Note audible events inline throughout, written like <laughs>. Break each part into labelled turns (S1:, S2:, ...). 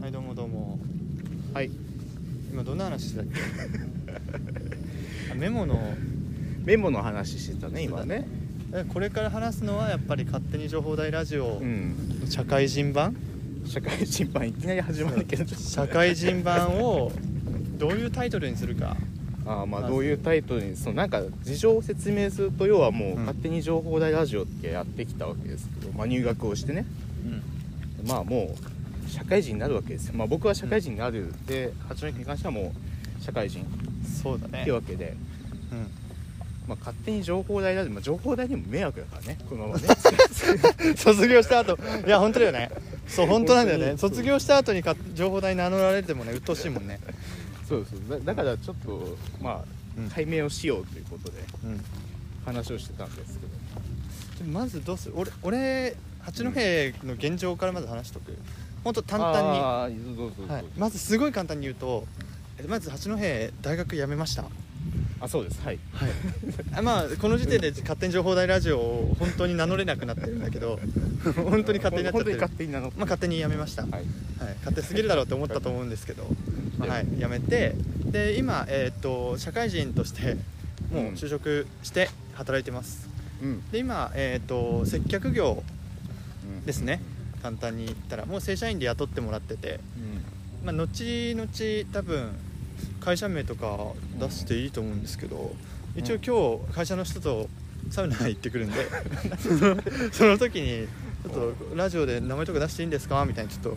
S1: はいどうもどうも
S2: はい
S1: 今どんな話してた
S2: <laughs>
S1: っけあメモの
S2: メモの話してたね今ね
S1: えこれから話すのはやっぱり勝手に情報大ラジオ
S2: うん
S1: の社会人版、
S2: 社会人版いきなり始まるけど
S1: 社会人版をどういうタイトルにするか
S2: ああまあ
S1: まず
S2: どういうタイトルにそのなんか事情を説明すると要はも
S1: うん
S2: う勝手に情報大ラジオってやってきたわけですけど、まあ、入学をしてねまあもう社会人になるわけですよまあ僕は社会人になるで八戸君に関してはもう社会人っ
S1: そうだね
S2: てわけで、
S1: うん
S2: まあ、勝手に情報大ラジオ、まあ、情報大にも迷惑だからねこのまま
S1: <laughs>
S2: ね
S1: 卒業した後いや本当だよねそう本当なんだよね
S2: 本当に
S1: 卒業した後にか情報代名乗られてもね鬱陶しいもんね、
S2: そうそうだだからちょっとま
S1: うん
S2: あ解明をしようということで
S1: うん、
S2: 話をしてたんですけど
S1: でもまずどうする俺俺八戸の現状からまず話しとく本当簡単に、
S2: あーどうぞどうぞ、
S1: はい、まずすごい簡単に言うとえまず八戸大学辞めましたは
S2: あそうですはい <laughs>
S1: いあ <laughs> まあこの時点で勝手に情報大ラジオを本当に名乗れなくなってるんだけど本当に勝手になっちゃってる
S2: 本当に勝手になの
S1: まあ、勝手に辞めました、
S2: はい
S1: はい、勝手すぎるだろうって思ったと思うんですけど、まあ
S2: は
S1: はいい、辞めてで今、えーっと社会人としてもう就職して働いてます
S2: うん
S1: で今、えーっと接客業
S2: うん
S1: ですね簡単に言ったらもう正社員で雇ってもらってて、まあ、後々多分会社名とか出していいと思うんですけど
S2: うん
S1: 一応今日会社の人とサウナ行ってくるんで <laughs> その時にちょっとラジオで名前とか出していいんですかみたいにちょっと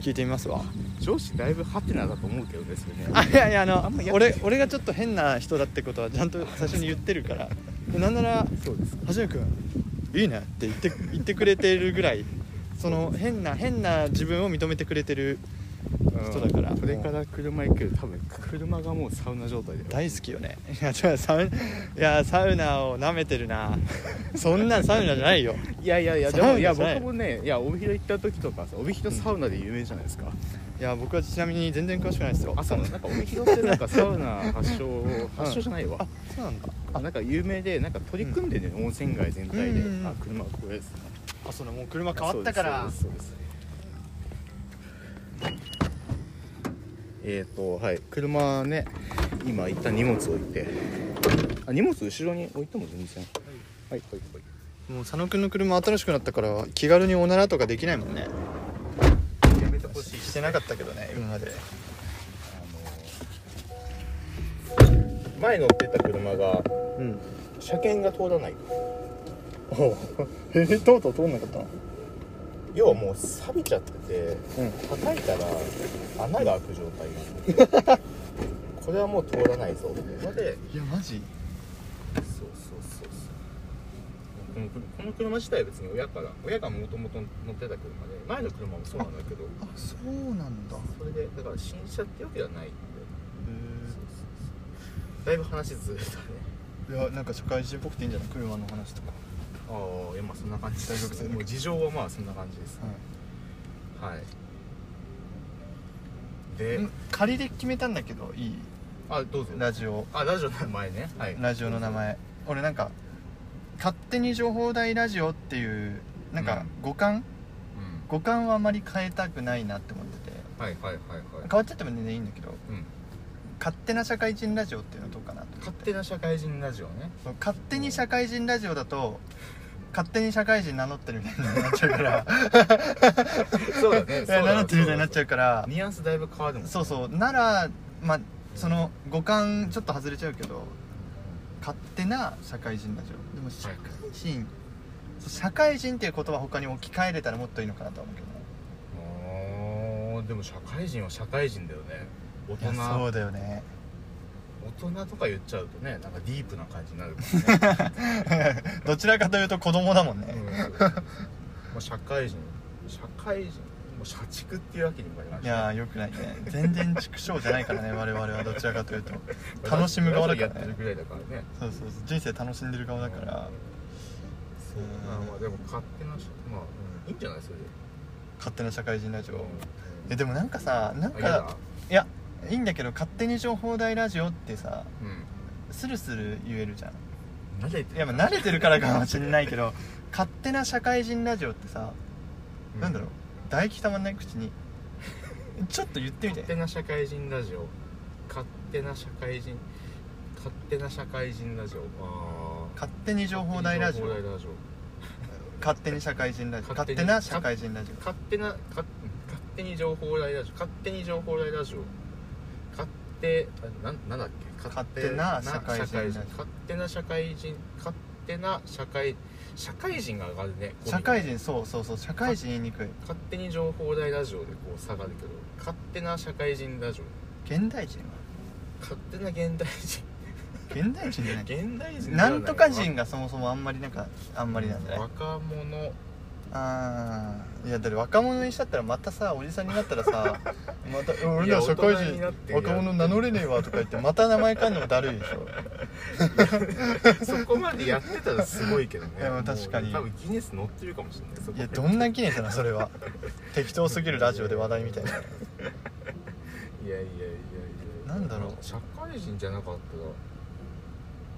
S1: 聞いてみますわ。
S2: 上司だいぶハテナだと思うけどですよね
S1: あいやいやあの
S2: あんまやっ
S1: 俺俺がちょっと変な人だってことはちゃんと最初に言ってるからでなんなら
S2: そうです
S1: 「はじめくんいいね」って言って言ってくれてるぐらいその変な変な自分を認めてくれてる人だから
S2: これから車行くよ多分車がもうサウナ状態だよ
S1: 大好きよねいやちょサウいやサウナを舐めてるな <laughs> そんなんサウナじゃないよ
S2: いやいやいやで
S1: サウ
S2: も
S1: ナじ
S2: い
S1: ゃ
S2: や
S1: ない
S2: 僕もねいや帯広行った時とかさ帯広サウナで有名じゃないですか、
S1: いや僕はちなみに全然詳しくないですよ
S2: あそうなんだなんか帯広ってなんかサウナ発祥発祥じゃないわ
S1: あ、そうなんだ
S2: あなんか有名でなんか取り組んでね、温泉街全体で、
S1: うん
S2: あ車これですね
S1: あそのもう車変わったから
S2: そうですそうですえっ、とはい車ね今一旦荷物置いてあ荷物後ろに置いても全然はいはいはい
S1: もう佐野くんの車新しくなったから気軽におならとかできないもんね
S2: やめてほしい
S1: してなかったけどね今まで
S2: 前乗ってた車が
S1: うん
S2: 車検が通らない
S1: おえとうとう通んなかったの
S2: 要はもう錆びちゃってて
S1: うん
S2: 叩いたら穴が開く状態これはもう通らないぞっていうので
S1: いやマジ
S2: そうそうそうそうこの車この車自体は別に親から親がもともと乗ってた車で前の車もそうなんだけど
S1: あそうなんだ
S2: それでだから新車ってわけではないんでそう
S1: へ
S2: そうそうだいぶ話ずれたね
S1: えいやなんか社会人っぽくていいんじゃない車の話とか
S2: ああいやまあそんな感じ
S1: 大学生
S2: もう事情はまあそんな感じですねはいで
S1: ん仮で決めたんだけどいい
S2: あどうぞ
S1: ラジオ
S2: あラジオの前ねはい
S1: ラジオの名前俺なんか勝手に情報大ラジオっていうなんか五感
S2: うん
S1: 五感はあまり変えたくないなって思ってて
S2: はいはいはいはい
S1: 変わっちゃっても全然いいんだけど
S2: うん
S1: 勝手な社会人ラジオっていうのどうかなと思って
S2: 勝手な社会人ラジオ
S1: <laughs>
S2: ね
S1: そう勝手に社会人ラジオだと勝手に社会人名乗ってるみたいになっちゃうから
S2: <laughs> そうだね
S1: いや名乗ってるみたいになっちゃうから
S2: ニュアンスだいぶ変わるもんね
S1: そうそうならまあその五感ちょっと外れちゃうけど勝手な社会人ラジオでも社会人、そう社会人っていう言葉他に置き換えれたらもっといいのかなとは思うけどね
S2: あーでも社会人は社会人だよね大
S1: いやそう
S2: 人
S1: だよね <laughs>
S2: 大人とか言っちゃうとねなんかディープな感じになるからね、
S1: どちらかというと子供だもんね、
S2: うんもう社会人社会人もう社畜っていうわけにもいかない
S1: いやーよくないね全然畜生じゃないから
S2: <laughs>
S1: ね我々はどちらかというと楽しむ側
S2: 側
S1: だ
S2: やっ
S1: から
S2: て
S1: ね
S2: るぐらいだからね
S1: そうそうそう人生楽しんでる顔だから
S2: そうまあまあでも勝手なしまあ、うんいいんじゃないそれで
S1: 勝手な社会人ラジオ
S2: うん
S1: えでもなんかさなん
S2: あ嫌だ
S1: かいやいいんだけど勝手に情報大ラジオってさ
S2: うん
S1: スルスル言えるじゃん
S2: 慣れ
S1: いやまあ慣れてるからかもしれないけ
S2: <laughs>
S1: ど勝手な社会人ラジオってさ、なんだろう唾液たまんない口にちょっと言ってみて
S2: 勝手な社会人ラジオ勝手な社会人勝手な社会人ラジオああ
S1: 勝手に情報大ラジオ
S2: 情報大ラジオ
S1: 勝手に社会人ラジオ
S2: 勝
S1: 勝
S2: 手に
S1: 手な社会人ラジ
S2: 勝手な勝勝手に情報大ラジオ勝手に情報大ラジオ勝手あなんなんだっけ
S1: 勝手な社会人ラジオ
S2: 勝手な社会人勝手な社会社会人が上がるね
S1: オ社会人そうそうそう社会人言いにくい
S2: 勝手に情報大ラジオでこう下がるけど勝手な社会人ラジオ
S1: 現代人は
S2: 勝手な現代人
S1: 現代人じゃない
S2: 現代人では
S1: ないんとか人がそもそもあんまりなんかあんまりなんじゃない
S2: 若者
S1: ああいやだって若者にしたったらまたさおじさんになったら
S2: <laughs>
S1: さまた「俺ら社
S2: 大
S1: 会
S2: 人に
S1: 人
S2: なって
S1: 若者名乗れねえわ」とか言ってまた名前変えるのもだるいでしょ
S2: <laughs> そこまでやってたらすごいけどね
S1: <laughs> いやまあ確かに
S2: もう多分ギネス乗ってるかもしれないそこ
S1: いやどんな記念だなそれは適当すぎるラジオで話題みたいない
S2: やいやいやい
S1: な
S2: や
S1: んだろう
S2: 社会人じゃなかっ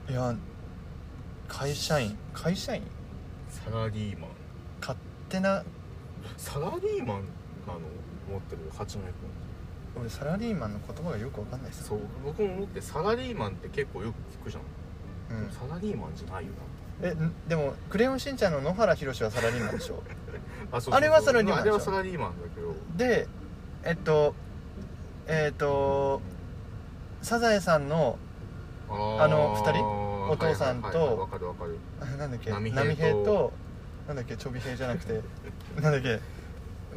S2: たら
S1: いや会社員会社員
S2: サラリーマン <laughs>
S1: 勝手な
S2: サラリーマンなの持ってる八戸君
S1: 俺サラリーマンの言葉がよくわかんないです
S2: そう僕も思ってサラリーマンって結構よく聞くじゃん、
S1: うん
S2: サラリーマンじゃないよ
S1: えんでも「クレヨンしんちゃん」の野原ひろしはサラリーマンでしょ
S2: なあそ
S1: あれはサラリーマン
S2: あ
S1: で
S2: れ
S1: しょ
S2: はサラリーマンだけど
S1: でえっとえっとサザエさんの
S2: あ
S1: あの二人
S2: 人
S1: お父さんと
S2: わかるわかる
S1: あ <laughs> なんだっけ
S2: 波
S1: 波
S2: 平
S1: 平
S2: と
S1: となんだっけちょび平じゃなく
S2: <laughs>
S1: てなんだっけ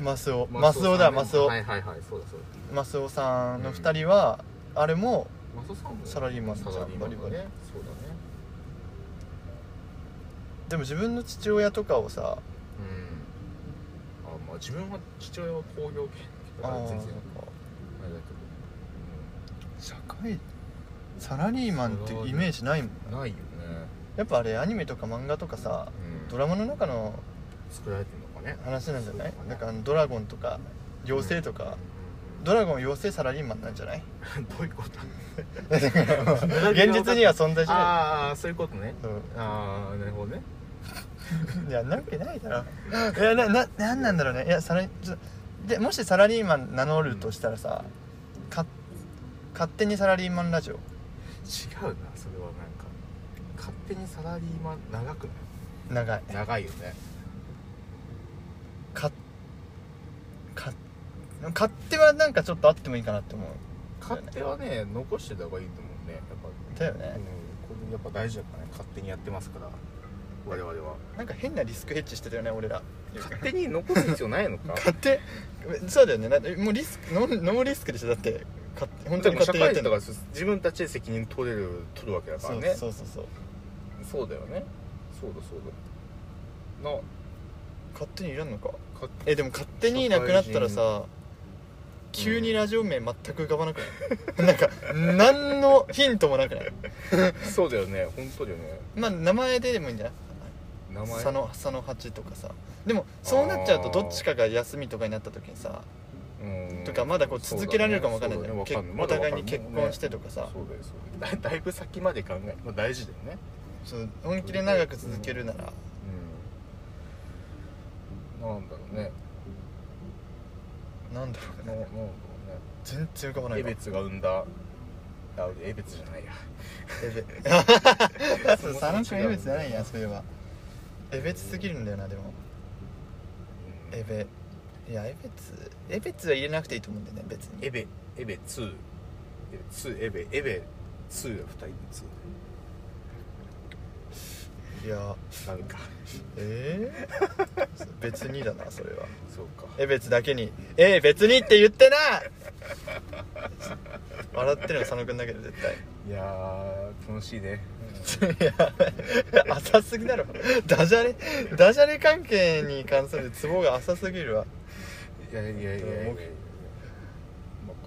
S1: マスオマ
S2: マス
S1: ス
S2: オ
S1: オ
S2: さ
S1: だ
S2: んね
S1: マスオ
S2: はいはいはいそうだそうだ
S1: マスオさんの2人は、あれも
S2: マスオさんも
S1: サラリーマンじゃ
S2: サ
S1: ん
S2: ラリーマンだね
S1: バリバリ
S2: そうだね
S1: でも自分の父親とかをさ
S2: うんあまあ自分は父親は工業系だから
S1: あー
S2: 全然あれだ
S1: 社会サラリーマンってイメージないもん
S2: けどないよね、
S1: やっぱあれアニメとか漫画とかさ
S2: うん、
S1: ドラマの中の
S2: 作られてるのかね
S1: 話なんじゃない
S2: そうかね
S1: なんかあのドラゴンとか妖精とか、ドラゴン妖精サラリーマンなんじゃ
S2: <laughs>
S1: ない
S2: うん <laughs> どういうこ
S1: <laughs>
S2: と
S1: 現実には存在しな
S2: ああそういうことね
S1: い、うん
S2: ああなるほどね
S1: <laughs> いやんなわけないだろいやなななんなんだろうねいやサラちょでもしサラリーマン名乗るとしたらさか勝手にサラリーマンラジオ
S2: 違うなそれはなんか勝手にサラリーマン長くな
S1: 長い
S2: い長いよね
S1: かか勝手はなんかちょっとあってもいいかなって思う
S2: 勝手はね残してた方がいいと思うねやっぱ
S1: だよね
S2: うん、これやっぱ大事だからね勝手にやってますから我々は
S1: なんか変なリスクヘッジしてたよね俺ら
S2: 勝手に残す必要ないのか
S1: <laughs> 勝手そうだよねなもうリスクノーノーリスクでしょだって勝手本当に
S2: でも
S1: 勝
S2: 社
S1: 手にやっ
S2: 会
S1: て
S2: 人
S1: ん
S2: だ
S1: の
S2: から自分たちで責任取れる取るわけだから
S1: そう
S2: ねそう
S1: そうそうそう
S2: だよねそうだそうだの
S1: 勝手にいらんのか
S2: 勝
S1: えでも勝手にいなくなったら
S2: 社会
S1: さ急にラジオ名全く浮かばなくない、 <laughs> なんか何のヒントもなくない
S2: <laughs> そうだよね本当だよね
S1: まあ名前ででもいいんじゃない
S2: 名前
S1: 佐野佐野八とかさでもそうなっちゃうとどっちかが休みとかになった時にさ
S2: うん
S1: とかまだこう続けられるかもわかんないじゃん、
S2: そうだ
S1: 結
S2: ねわかんない
S1: お互いに結婚してとかさ
S2: そうだよそうだよだだいぶ先まで考えまあ大事だよね
S1: そう本気で長く続けるなら
S2: うんなんだろうね
S1: なんだろう
S2: な
S1: ね
S2: なんだろ
S1: 全然浮かば
S2: う
S1: ない
S2: ねエ
S1: わ
S2: ベツが生んだあエベツじゃないや
S1: エ
S2: <laughs>
S1: ベそう佐野君エベツじゃないやそういえばエベツすぎるんだよなでも
S2: うん
S1: エベいやエベツエベツは入れなくていいと思うんだよね別に
S2: エベエベ2エベ2エベエベ2が2人で2
S1: いや
S2: なるか
S1: ええ
S2: <laughs>
S1: 別にだなそれは
S2: そうか
S1: え別だけにえー、別にって言ってな笑ってるの佐野くんだけど絶
S2: いやー楽しいね
S1: 対いや浅すぎだろダジャレダジャレ関係に関するツボが浅すぎるわ
S2: いやいやいやいやいや
S1: もう
S2: ま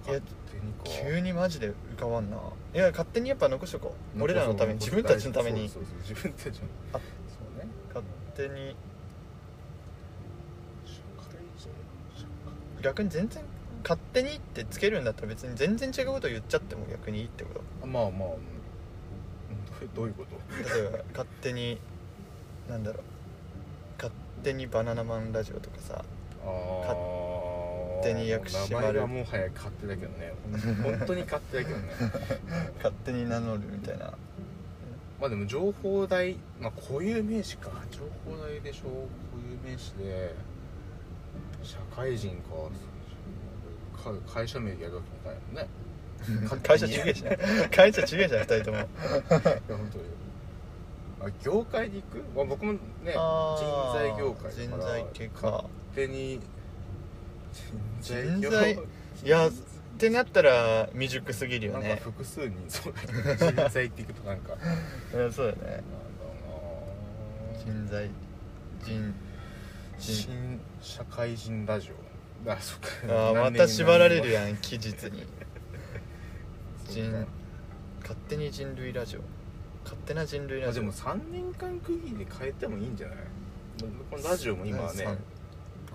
S2: あ
S1: いや
S2: 勝手にこう
S1: 急にマジで浮かばんないや勝手にやっぱ残しとこう俺らのために自分たちのために
S2: そうそうそう自分たちの
S1: あ
S2: そうね
S1: 勝手に
S2: 社会人社
S1: 逆に全然勝手にってつけるんだったら別に全然違うこと言っちゃっても逆にいいってこと
S2: 会まあまあうんうんどういうこと
S1: 例えば勝手になんだろう勝手にバナナマンラジオとかさ
S2: ああ
S1: 勝手に薬師
S2: 名前
S1: 丸
S2: はもはや勝手だけどね本当に勝手だけどね
S1: <laughs> 勝手に名乗るみたいな
S2: まあでも情報代まあ固有名詞か情報代でしょ固有名詞で社会人かか会社名でやるわけもないもんね
S1: 会社違
S2: <laughs>
S1: えしな会社違えしな2人とも
S2: いや本当にあ業界で行く、まあ、僕もね人
S1: あー
S2: 材業界だから
S1: 人材系か
S2: 勝手に
S1: 人材いやってなったら未熟すぎるよ
S2: なんか
S1: ね
S2: 複数人そうだけど人材って行くとなんかなんだろ
S1: いやそうだね
S2: うな
S1: 人材人
S2: 新社会人ラジオあそっ
S1: あ
S2: か
S1: ーま
S2: 何年
S1: た縛られる
S2: 何
S1: やん期日に
S2: 年
S1: 人
S2: そうか
S1: 勝手に人類ラジオ勝手な人類
S2: ま
S1: ラ
S2: あ
S1: ジ
S2: で
S1: オ
S2: も3年間区切りで変えてもいいんじゃないこのラジオも今はね
S1: 三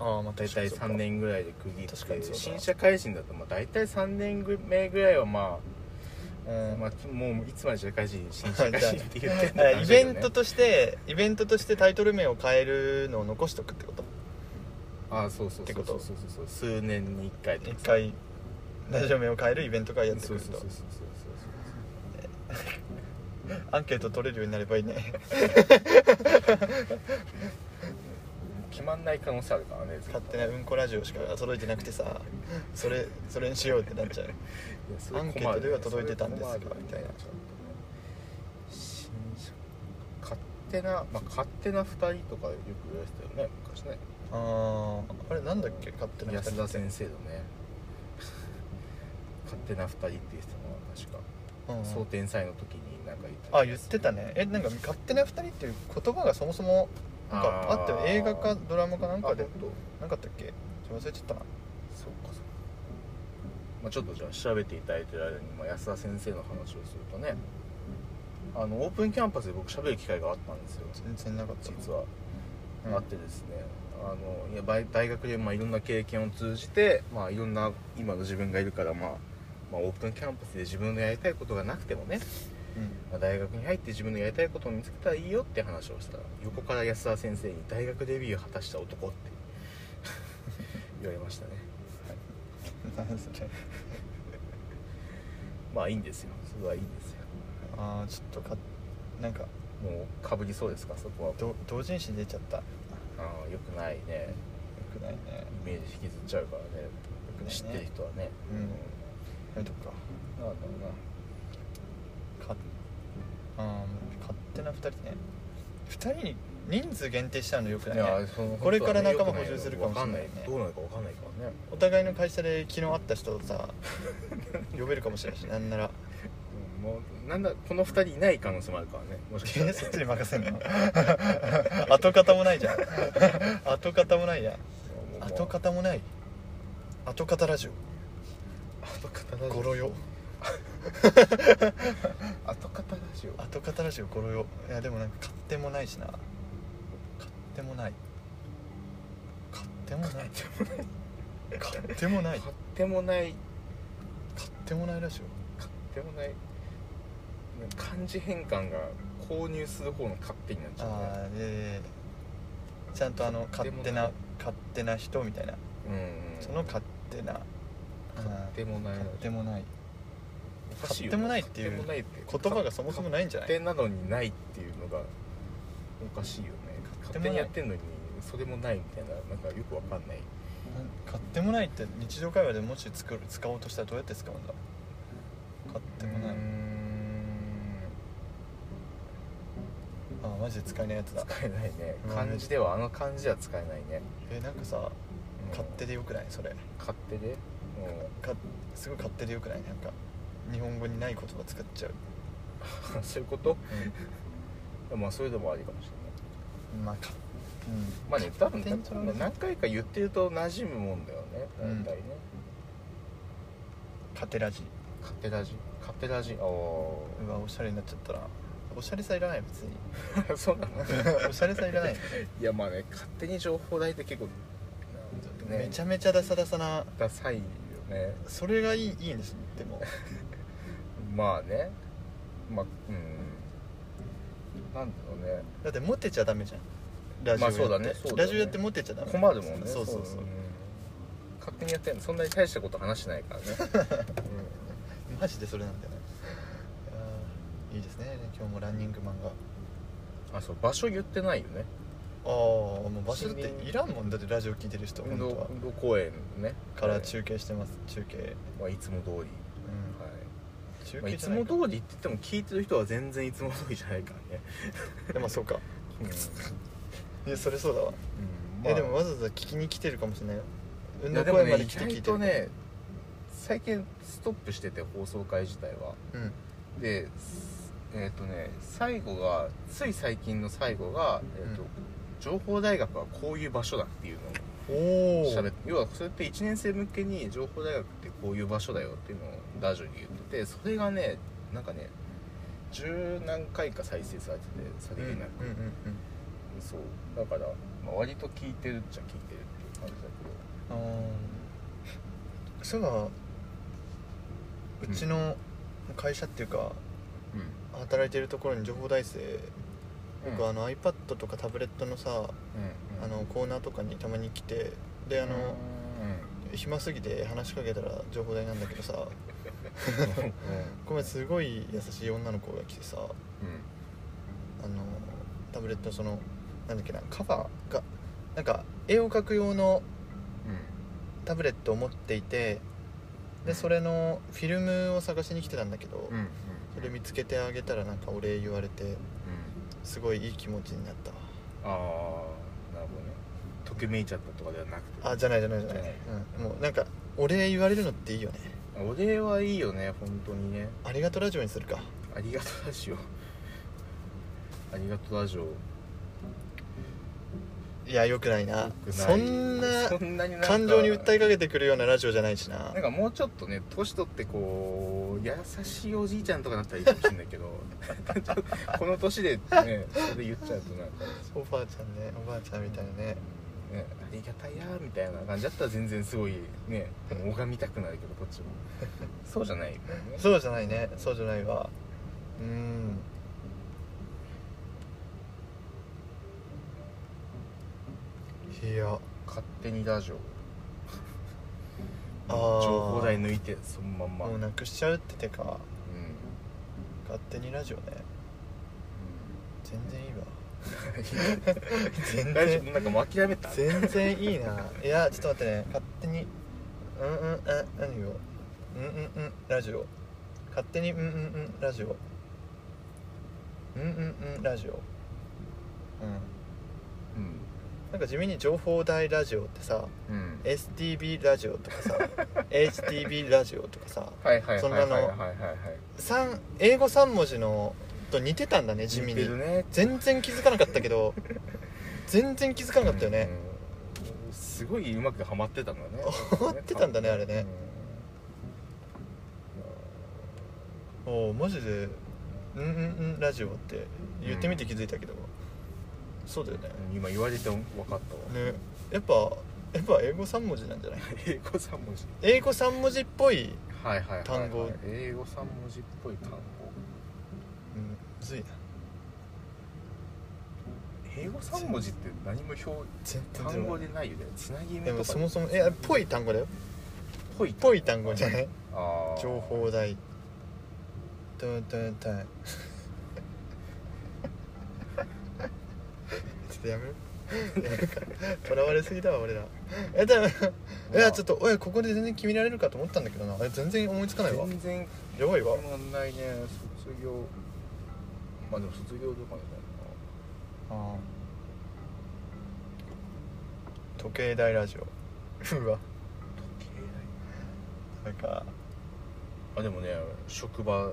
S1: ああまあ
S2: 大体3年ぐらいで区切
S1: 確かに
S2: っ
S1: そう
S2: て
S1: だ
S2: 新社会人だとまあ大体3年目ぐらいはまあ、ま
S1: <laughs> ま
S2: あ、もういつまで社会人新 <laughs> 社会人って言ってんだ
S1: あ、イベントとしてイベントとしてタイトル名を変えるのを残しとくってこと
S2: あそうそうそうそうそうそう数年に1回と
S1: 一
S2: か
S1: 回ラジオ名を変えるイベント会やってく
S2: そう
S1: る
S2: そうそう
S1: と
S2: そうそう
S1: アンケート取れるようになればい
S2: <laughs>
S1: いね
S2: 決まんない可能性あるからね
S1: 勝手なうんこラジオしか届いてなくてさそれそれにしようってなっち
S2: <laughs>
S1: ゃうアンケートでは届いてたんですがみたいな
S2: 新社勝手なまあ勝手な2人とかよく言われてたよね昔ね
S1: あーあれなんだっけ勝手な二人
S2: 安田先生の
S1: <laughs>
S2: ね勝手な2人って言ってたのは
S1: うんうん
S2: 確か総天祭の時になんか言ってた
S1: あ言ってたねえなんか勝手な二人っていう言葉がそもそもなんかあったよ映画かドラマかなんかで
S2: あ本当
S1: なかったっけちょっと忘れちゃったな
S2: そっかそっか、まあ、ちょっとじゃあ調べていただいてる間に、まあ、安田先生の話をするとねあのオープンキャンパスで僕喋る機会があったんですよ
S1: 全然なかった
S2: 実は、
S1: うん
S2: あってですねあのいやばい大学でまあいろんな経験を通じて、まあ、いろんな今の自分がいるから、まあ、まあオープンキャンパスで自分のやりたいことがなくてもね、
S1: うん <laughs>
S2: まあ、大学に入って自分のやりたいことを見つけたらいいよって話をしたら横から安田先生に「大学デビューを果たした男」って <laughs> 言われましたね
S1: 何それ
S2: まあいいんですよそれはいいんですよ
S1: ああちょっとかなんか
S2: もうかぶりそうですかそこは
S1: ど同人誌出ちゃったよ
S2: ああよくないね
S1: くないね
S2: イメージ引きずっちゃうからね
S1: くないね
S2: 知ってる人はね
S1: うんやめとくか
S2: うんなんだろうな
S1: かあー勝手な二人ね二人に人数限定しちゃうのよくないね
S2: いやその
S1: これから仲間
S2: 本当はね
S1: 補充するかもしれないね
S2: よくわかんないどうなるかわかんないからね
S1: お互いの会社で昨日会った人を <laughs> さ呼べるかもしれないしなんなら
S2: うんもうなんだこの二人いない可能性もあるからねもしかしたら
S1: えそっちに任せん <laughs> の跡形もないじゃん跡形もないやん
S2: もうもう
S1: 跡形もない跡形ラジ
S2: 後方
S1: オ
S2: ラジ
S1: ゴ
S2: オ
S1: ロよ
S2: 後方ラジオ
S1: 跡形ラジオゴロよいやでもなんか勝手もないしな勝手もない勝手もない勝手もない
S2: 買ってもない
S1: 勝手もないラジ
S2: 買ってもない漢字変換が購入する方の勝手になっち
S1: オ
S2: ゃうね
S1: ああええちゃんとあの勝手な勝手な人みたいな
S2: うん
S1: その勝手な
S2: 買ってもない
S1: 勝手もない
S2: おかしい
S1: 買
S2: よ
S1: ってもないっていう
S2: 買ないって
S1: 言葉がそもそもないんじゃない
S2: 勝手なのにないっていうのがおかしいよね
S1: 買って
S2: 勝
S1: もな
S2: 手
S1: い
S2: にやってんのにそれもないみたいななんかよくわかんない
S1: 買ってもないって日常会話でもし作る使おうとしたらどうやって使うんだ買ってもないう
S2: ーん
S1: あマジで使えないやつだ
S2: 使えないね
S1: うん
S2: 漢字ではあの漢字は使えないね
S1: えなんかさ
S2: うん
S1: 勝手でよくないそれ
S2: 勝手で
S1: かすごい勝手でよくないなんか日本語にない言葉使っちゃう、
S2: うん <laughs> そういうことまあそれでもありかもしれない
S1: まあかうん
S2: まあね多分
S1: 勝手に取られる
S2: 何回か言ってると馴染むもんだよね
S1: うん
S2: 大体ね、
S1: 勝手ラジ
S2: カペラジカペラジあ
S1: うわおしゃれになっちゃったなおしゃれさいらない別に <laughs>
S2: あ <laughs> そうなの
S1: おしゃれさいらない、
S2: いやまあね勝手に情報代って結構ね
S1: めちゃめちゃダサダサな
S2: ダサいよね
S1: それがいいいいんですで
S2: <laughs>
S1: も
S2: まあねまあうんなんだろうね
S1: だってモテちゃダメじゃんラジオやって、
S2: まあそうだねそうだね
S1: ラジオやってモテちゃダメ
S2: 困るもんね
S1: そうそうそう、
S2: ん勝当にやってるのそんなに大したこと話してな
S1: <laughs>
S2: いからね、
S1: マジでそれなんだよねいやーいいですね今日もランニング漫画
S2: うん、あそう場所言ってないよね
S1: ああもう場所だっ
S2: 森
S1: て
S2: 林
S1: いらんもんだってラジオ聞いてる人
S2: 運
S1: 本
S2: 動
S1: 当は
S2: 運動公園のね
S1: から中継してます中継
S2: まあいつも通り、
S1: うん
S2: は
S1: 中
S2: い
S1: 継
S2: まあ、い
S1: じ
S2: つ
S1: ゃな
S2: も
S1: いか
S2: 通りって言っても聞いてる人は全然いつも通りじゃないからね、
S1: でも <laughs> そうか
S2: うん
S1: いやそれそうだわ
S2: うんまあ
S1: えでもわざわざ聞きに来てるかもしれないよ運
S2: い
S1: 動公
S2: やでも
S1: 園ま
S2: ね
S1: で
S2: 意
S1: 来て聞い
S2: 外
S1: てる
S2: とね最近ストップしてて放送回自体は
S1: うん
S2: でえっ、とね最後がつい最近の最後が、えーと
S1: うん
S2: 情報大学はこういう場所だっていうのを
S1: おお
S2: 喋って要はそれって1年生向けに情報大学ってこういう場所だよっていうのをラジオに言っててそれがねなんかね十何回か再生されててさ
S1: う
S2: り
S1: んうんう
S2: げ
S1: ん
S2: なく、そうだから、まあ、割と聞いてるっちゃ聞いてるっていう感じだけ
S1: うんあーそういえばうちの会社っていうか
S2: ど、
S1: 働いてるところに情報大生
S2: うん
S1: 僕あの iPad とかタブレットのさあのコーナーとかにたまに来てであの暇すぎて話しかけたら情報大なんだけどさごめんすごい優しい女の子が来てさあのタブレットのそのなんだっけなカバーがなんか絵を描く用のタブレットを持っていてでそれのフィルムを探しに来てたんだけど、それ見つけてあげたらなんかお礼言われてすごいいい気持ちになったわ
S2: ああなるほどねときめいちゃったとかではなくて
S1: あじゃないじゃないじゃない
S2: じゃない、
S1: うん、もうなんかお礼言われるのっていいよね
S2: お礼はいいよね本当にね
S1: ありがとうラジオにするか
S2: ありがとうラジオありがとうラジオ
S1: いやよくないな
S2: 良くい
S1: そんな
S2: そんなになんか
S1: 感情に訴えかけてくるようなラジオじゃないしな
S2: なんかもうちょっとね年取ってこう優しいおじいちゃんとかなったらいいかもしれないけどこの年でねそれ言っちゃうとなんか
S1: おばあちゃんねおばあちゃんみたいなね
S2: ね、ありがたいやーみたいな感じだったら全然すごいね拝みたくなるけどこ
S1: <laughs>
S2: っちもそうじゃないよね
S1: そうじゃないねそうじゃないわうーんいや
S2: 勝手にラジオ
S1: あー
S2: 情報台抜いてそのまんま、
S1: もう
S2: うん
S1: なくしちゃうっててか
S2: うん
S1: 勝手にラジオね全然いいわ
S2: <laughs>
S1: 全
S2: 大丈夫
S1: 然
S2: なんかもう諦めた
S1: 全然いいないやちょっと待ってね勝手にうんうんうん何をうんうんうんラジオ勝手にうんうんうんラジオうんうんうんラジオうん
S2: うん
S1: なんか地味に情報大ラジオってさ
S2: うん
S1: STB ラジオとか
S2: <laughs>
S1: さ HTB ラジオとかさ
S2: はいはい
S1: そ
S2: は
S1: ん
S2: い
S1: な
S2: はい
S1: の
S2: はいはいはい
S1: 三英語3文字のと似てたんだね地味
S2: 似て
S1: に
S2: るね
S1: 全然気づかなかったけ
S2: <laughs>
S1: ど全然気づかなかったよね、
S2: うんうんすごいうまくハマってたんだ
S1: <laughs>
S2: ね
S1: ハマってたんだねあれねおおマジで「うんうんうんラジオ」って言ってみて気づいたけど、そうだよね
S2: うん今言われて分かったわ
S1: ねやっぱやっぱ英語3文字なん
S2: <laughs>
S1: じゃない
S2: 英語3文字
S1: 英語3文字っぽい、うん、
S2: はいはいはいはい
S1: 単語
S2: 英語三文字っぽい単語
S1: むずいな
S2: 英語三文字って何も表
S1: 全然出
S2: 単
S1: るわ
S2: 語でないよねつなぎ目
S1: で
S2: と
S1: も
S2: か
S1: そもそもえっぽい単語だよ
S2: ぽい
S1: ぽい単語じゃない
S2: あー
S1: 情報代トントントンちょっとやめるやめるかとらわれすぎだわ俺らえでもいやちょっとおいここで全然決められるかと思ったんだけどなえ全然思いつかないわ
S2: 全然
S1: やばいわ
S2: 決まんないね卒業まあでも卒業とかね
S1: 時計台ラジオ <laughs> うわ
S2: 時計台
S1: なんか
S2: あでもね職場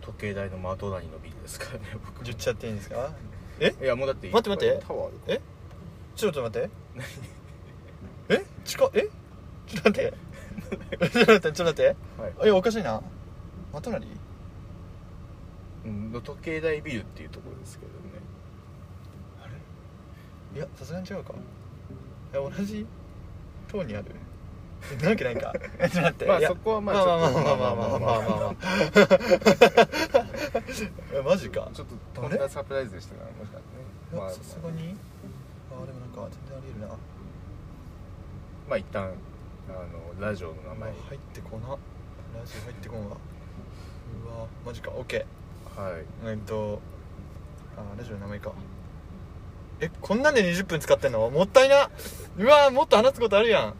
S2: 時計台のマドラニのビルですからね僕
S1: 言っちゃっていいんですかえ
S2: いやもうだって
S1: 待って待って
S2: タワーあるから
S1: えちょっと待ってえ近っえちょっと待ってちょっと待ってちょっと待って
S2: はい
S1: あいやおかしいなまたなり
S2: うんの時計台ビルっていうところですけどね
S1: あれいやさすがに違うかいや同じ塔にあるなわけないかちょっと待って
S2: まあ
S1: いや
S2: そこはまあ
S1: まあまあ
S2: ちょっ
S1: まあ
S2: と
S1: まあまあまあまあまあまあえマジか
S2: ちょっととんだサプライズでしたからもしかしてね
S1: い
S2: ま
S1: や
S2: あ
S1: さすがにあでもなんか全然ありえるな
S2: まあ一旦あのラジオの名前
S1: 前入ってこなラジオ入ってこんわうわマジか OK
S2: はい
S1: えっとあラジオの名前かえこんなんで20分使ってんのもったいなうわもっと話すことあるやん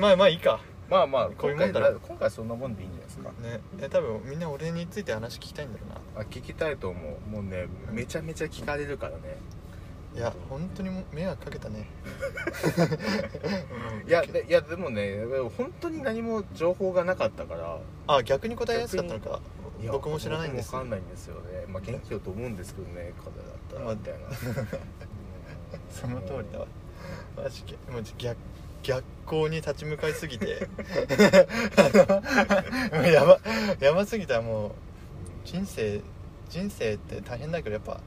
S1: まあまあいいか
S2: まあまあ
S1: こういう
S2: 今
S1: も
S2: 回
S1: んだろ
S2: 今回そんなもんでいいんじゃないですか
S1: ねえ多分みんな俺について話聞きたいんだろうな
S2: あ聞きたいと思うもうねめちゃめちゃ聞かれるからね
S1: いや本当にも迷惑かけたね <laughs> うん
S2: <laughs> いやでいやでもね本当に何も情報がなかったから
S1: あ逆に答えやすかったのか
S2: いや
S1: 僕も知らないんです
S2: 僕もわかんないんですよねまあ元気だと思うんですけどね風
S1: まあ
S2: 邪だったらみたいな
S1: <laughs> その通りだわマジでもう逆逆光に立ち向かいすぎ
S2: <laughs>
S1: てあのやばやばすぎたらもう人生人生って大変だけどやっぱ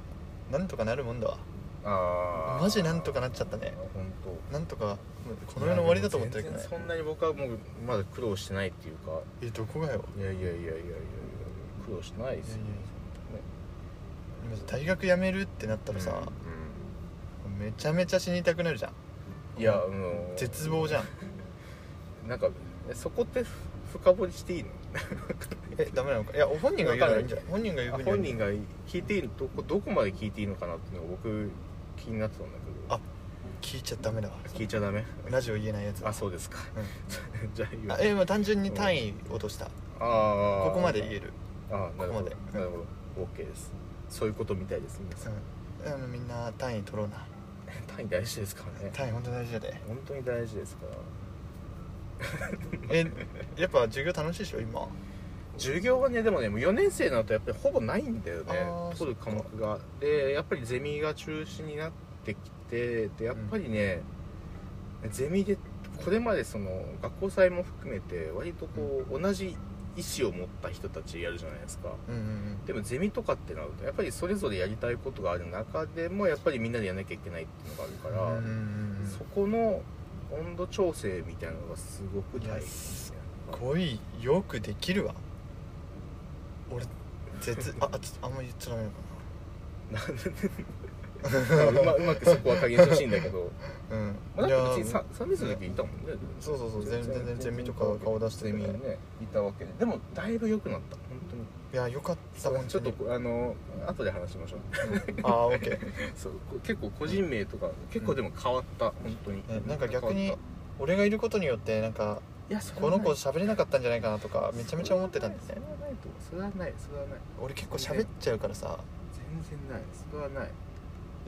S1: なんとかなるもんだわ
S2: あー
S1: マジなんとかなっちゃったね
S2: 本当
S1: なんとかこの世の終わりだと思ってるけど
S2: いや
S1: ね
S2: でも全然そんなに僕はもうまだ苦労してないっていうか
S1: えどこがよ
S2: いやいやいやいやいやいや苦労してないですよ
S1: 今大学辞めるってなったらさ、めちゃめちゃ死にたくなるじゃん
S2: うんいやあの
S1: 絶望
S2: <laughs>
S1: じゃん
S2: なんかえそこってふ深掘りしていいの
S1: えダメなのかいや本人が言うならいいんじゃない本人が言う
S2: あ
S1: 分にはいいん
S2: 本
S1: じゃない
S2: 人が聞いているどこどこまで聞いていいのかなっていうのが僕気になってたんだけど
S1: あ聞いちゃダメだわ
S2: 聞いちゃダメ
S1: ラジオ言えないやつだ
S2: あそうですか <laughs> じゃあ言う
S1: あえまあ単純に単位落とした
S2: あー
S1: ここまで言える
S2: あーなる
S1: こ
S2: ほど
S1: こまで
S2: なるほど OK ですそういうことみたいです皆さん
S1: うんあのみんな単位取ろうな
S2: <laughs> 単位大事ですからね
S1: 単位本当大事だ
S2: <laughs>
S1: で
S2: 本当に大事ですから
S1: えやっぱ授業楽しいでしょ今
S2: 授業はねでもねもう4年生になるとやっぱりほぼないんだよね
S1: あー
S2: 取る科目がでやっぱりゼミが中止になってきてでやっぱりね、ゼミでこれまでその学校祭も含めて割とこう同じ意思を持った人たちやるじゃないですか
S1: うんうん
S2: でもゼミとかってなるとやっぱりそれぞれやりたいことがある中でもやっぱりみんなでやらなきゃいけないっていうのがあ
S1: うん
S2: るから、
S1: うんうん
S2: そこの温度調整みたいなのがすごく大変ですね
S1: すごいよくできるわ俺
S2: <laughs>
S1: 絶ああちょっとあんま言っちゃダメなのか
S2: なんでうまうまくそこは加減してほしいんだ
S1: <laughs>
S2: けど
S1: なうん
S2: まあだって別に
S1: いや
S2: さ3年生の時いたもんね
S1: そうそうそう全然全然ゼミとか顔出して
S2: ゼ
S1: く
S2: ミ
S1: れ
S2: ね
S1: ない
S2: いたわけででもだいぶ良くなった本当に
S1: いやよかった本
S2: ち
S1: 当
S2: ょっと
S1: に
S2: こあの後で話し
S1: <laughs>
S2: ましょう
S1: ああオッケー
S2: そうこ結構個人名とか結構でも変わった本当に <laughs>
S1: ねなんか逆に
S2: 変わっ
S1: 俺がいることによってなんか
S2: たいやそれ
S1: こ
S2: は
S1: の子
S2: ない
S1: 喋れなかったんじゃないかなとかめちゃめちゃ思ってたんで
S2: それ
S1: ね
S2: はないと思うそれはないそれはない
S1: 俺結構喋っちゃうからさ
S2: 全然ないそれはない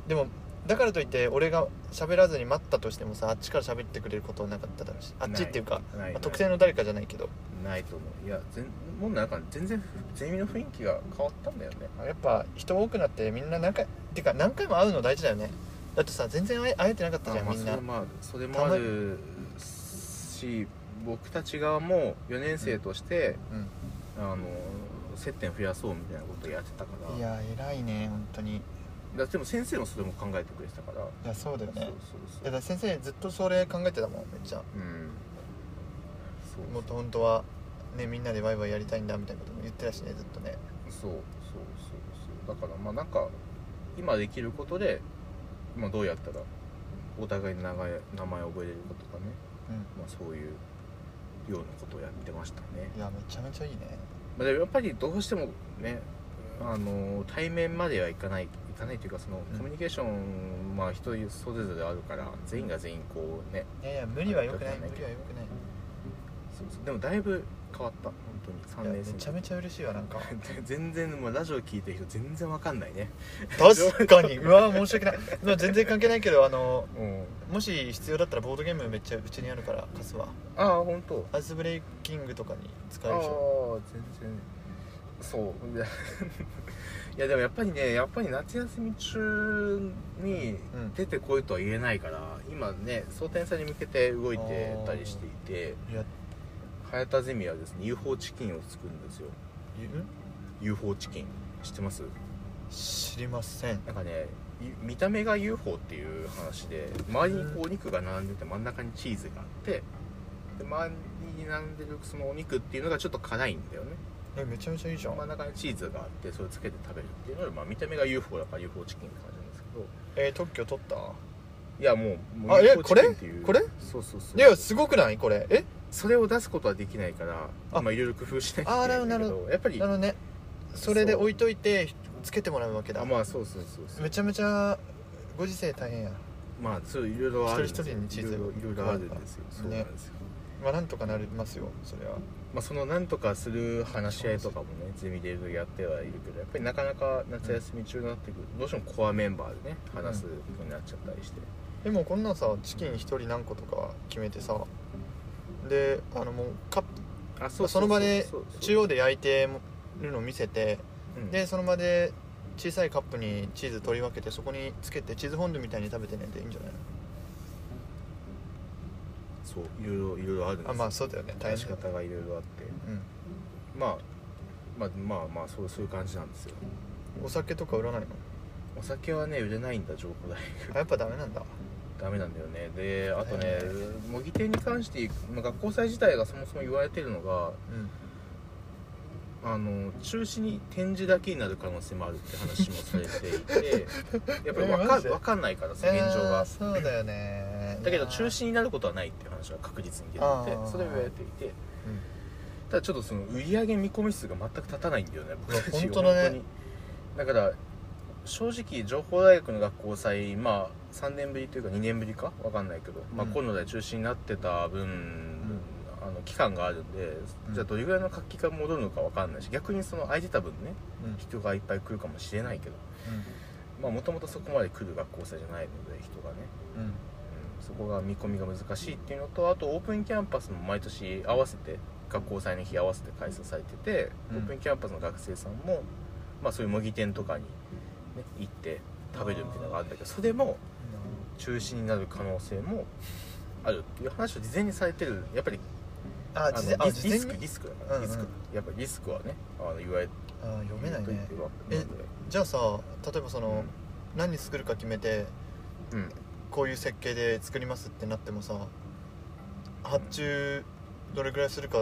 S1: でもだからといって俺が喋らずに待ったとしてもさあっちから喋ってくれることはなかっただろうしあっちっていうか
S2: ないない
S1: まあ特定の誰かじゃないけど
S2: ないと思ういや全もうなんか全然ゼミの雰囲気が変わったんだよね
S1: やっぱ人多くなってみんな何回てか何回も会うの大事だよねだってさ全然会え会えてなかったじゃん
S2: まあ
S1: みんな
S2: それもあるそれもあるし僕たち側も4年生として、
S1: う
S2: あの接点増やそうみたいなことやってたから
S1: んいや偉いね本当にい
S2: だってでも先生もそれも考えてくれてたから
S1: やそうだよね
S2: そう
S1: い
S2: そう
S1: やだ
S2: そ
S1: か
S2: う
S1: ら先生ずっとそれ考えてたもんめっちゃ
S2: うん
S1: も
S2: そう
S1: っと本当はねみんなでワイワイやりたいんだみたいなことも言ってたしねずっとね
S2: そうそうそうそうだからまあなんか今できることで今どうやったらお互いの名前名前を覚えれるかとかね
S1: うん
S2: まあ、そういうようなことをやってましたね、
S1: いやめちゃめちゃいいね
S2: まあ、でもやっぱりどうしてもねあの対面まではいかないいかないというかその
S1: うん
S2: コミュニケーションまあ人それぞれあるから全員が全員こうね
S1: いやいや無理は良くない
S2: ありが
S1: 無
S2: とう
S1: 理は良くない
S2: そうそうでもだいぶ変わった本当に3
S1: いや
S2: 年生
S1: めちゃめちゃ嬉しいわ
S2: <laughs>
S1: なんか
S2: 全然もうラジオ聞いてる人全然わかんないね
S1: 確かにうわ申し訳ないでも全然関係ないけどあの
S2: うん
S1: もし必要だったらボードゲームめっちゃうちにあるから貸すわ
S2: ああ本当
S1: アイスブレイキングとかに使え
S2: あ
S1: るでしょ
S2: あ全然そういや <laughs> いやでもやっぱりねやっぱり夏休み中に
S1: うん
S2: 出てこいとは言えないから、今ね蒼天祭に向けて動いてたりしていて
S1: いや
S2: 早田ゼミはですね UFO チキンを作るんですよ
S1: ゆん
S2: UFO チキン知ってます
S1: 知りません
S2: なんかねい見た目が UFO っていう話で周りにこうお肉が並んでて真ん中にチーズがあってで周りに並んでるそのお肉っていうのがちょっと辛いんだよね
S1: えめちゃめちゃいいじゃん
S2: 真ん中にチーズがあってそれをつけて食べるっていうので、まあ、見た目が UFO だから UFO チキンって感じなんですけど
S1: えー特許取った
S2: いやもうもう
S1: あえ
S2: UFO チキンっていう
S1: これこれ
S2: そうそうそう
S1: いやすごくないこれえ
S2: それを出すことはできないから
S1: あ
S2: まあいろいろ工夫しない
S1: あー
S2: いけないんだ
S1: な
S2: け
S1: るほ
S2: どやっぱり
S1: なのねそれで置いといてつけてもらうわけだ
S2: あまあそうそうそうそう
S1: めちゃめちゃご時世大変や
S2: まあそういろいろあるんですよ
S1: 一人一人に地図が
S2: いろいろいろいろあるんですよそうなんですよ、
S1: まあなんとかなりますよそれは
S2: まあ、そのなんとかする話し合いとかもねゼミでいろいろやってはいるけどやっぱりなかなか夏休み中になってくるとどうしてもコアメンバーでね話すことになっちゃったりして、
S1: でもこんなんさチキン1人何個とか決めてさであのもうカップ
S2: あ
S1: まあその場で
S2: そうそう
S1: 中央で焼いてるのを見せて
S2: うん
S1: でその場で小さいカップにチーズ取り分けてそこにつけてチーズフォンデュみたいに食べてねでいいんじゃない
S2: そういろいろいろいろあるんです
S1: のあまあそうだよね大
S2: 出
S1: 変
S2: し
S1: だよ
S2: 方がいろいろあって
S1: う
S2: まあまあまあまあそうそういう感じなんですよ
S1: んお酒とか売らない <laughs> の
S2: お酒はね売れないんだ情報大
S1: あやっぱダメなんだ
S2: <laughs> ダメなんだよねであとね
S1: へ
S2: 模擬店に関して、まあ、学校祭自体がそもそも言われてるのが
S1: うん
S2: あの中止に展示だけになる可能性もあるって話もされてい
S1: <laughs>
S2: てやっぱり分
S1: え
S2: か
S1: マジで
S2: 分かんないからさ現状
S1: あ
S2: が
S1: ーそう <laughs> だよね
S2: だけど
S1: いやー
S2: 中止になることはないっていう話が確実に出て
S1: あ
S2: て
S1: ー
S2: それを言われていてただちょっとその売り上げ見込み数が全く立たないんだよね僕たち
S1: 本当だね
S2: 本当にだから正直情報大学の学校祭まあ3年ぶりというか2年ぶりかわかんないけど、まあ
S1: うん
S2: コロナで中止になってた分、あの期間があるんで
S1: うん
S2: じゃあどれぐらいの活気が戻るのかわかんないし逆にその空いてた分ね
S1: うんうん
S2: 人がいっぱい来るかもしれないけどまあもともとそこまで来る学校祭じゃないので人がね、
S1: うんうん
S2: うん、そこが見込みが難しいっていうのとあとオープンキャンパスも毎年合わせて学校祭の日合わせて開催されてて、
S1: うん
S2: オープンキャンパスの学生さんも、まあ、そういう模擬店とかに、ね、行って食べるみたいなのがあるんだけどそれも中止になる可能性もあるっていう話を事前にされてるやっぱり
S1: あ
S2: の
S1: 事前あ
S2: リ
S1: 事
S2: スリ
S1: 前
S2: スク
S1: に
S2: リスクだから、
S1: うんうん
S2: リスクやっぱりリスクはねあの言われて
S1: あー読めないね
S2: るわけなんで
S1: じゃあさ例えばその、何に作るか決めて
S2: うんうん
S1: こういう設計で作りますってなってもさ発注どれぐらいするか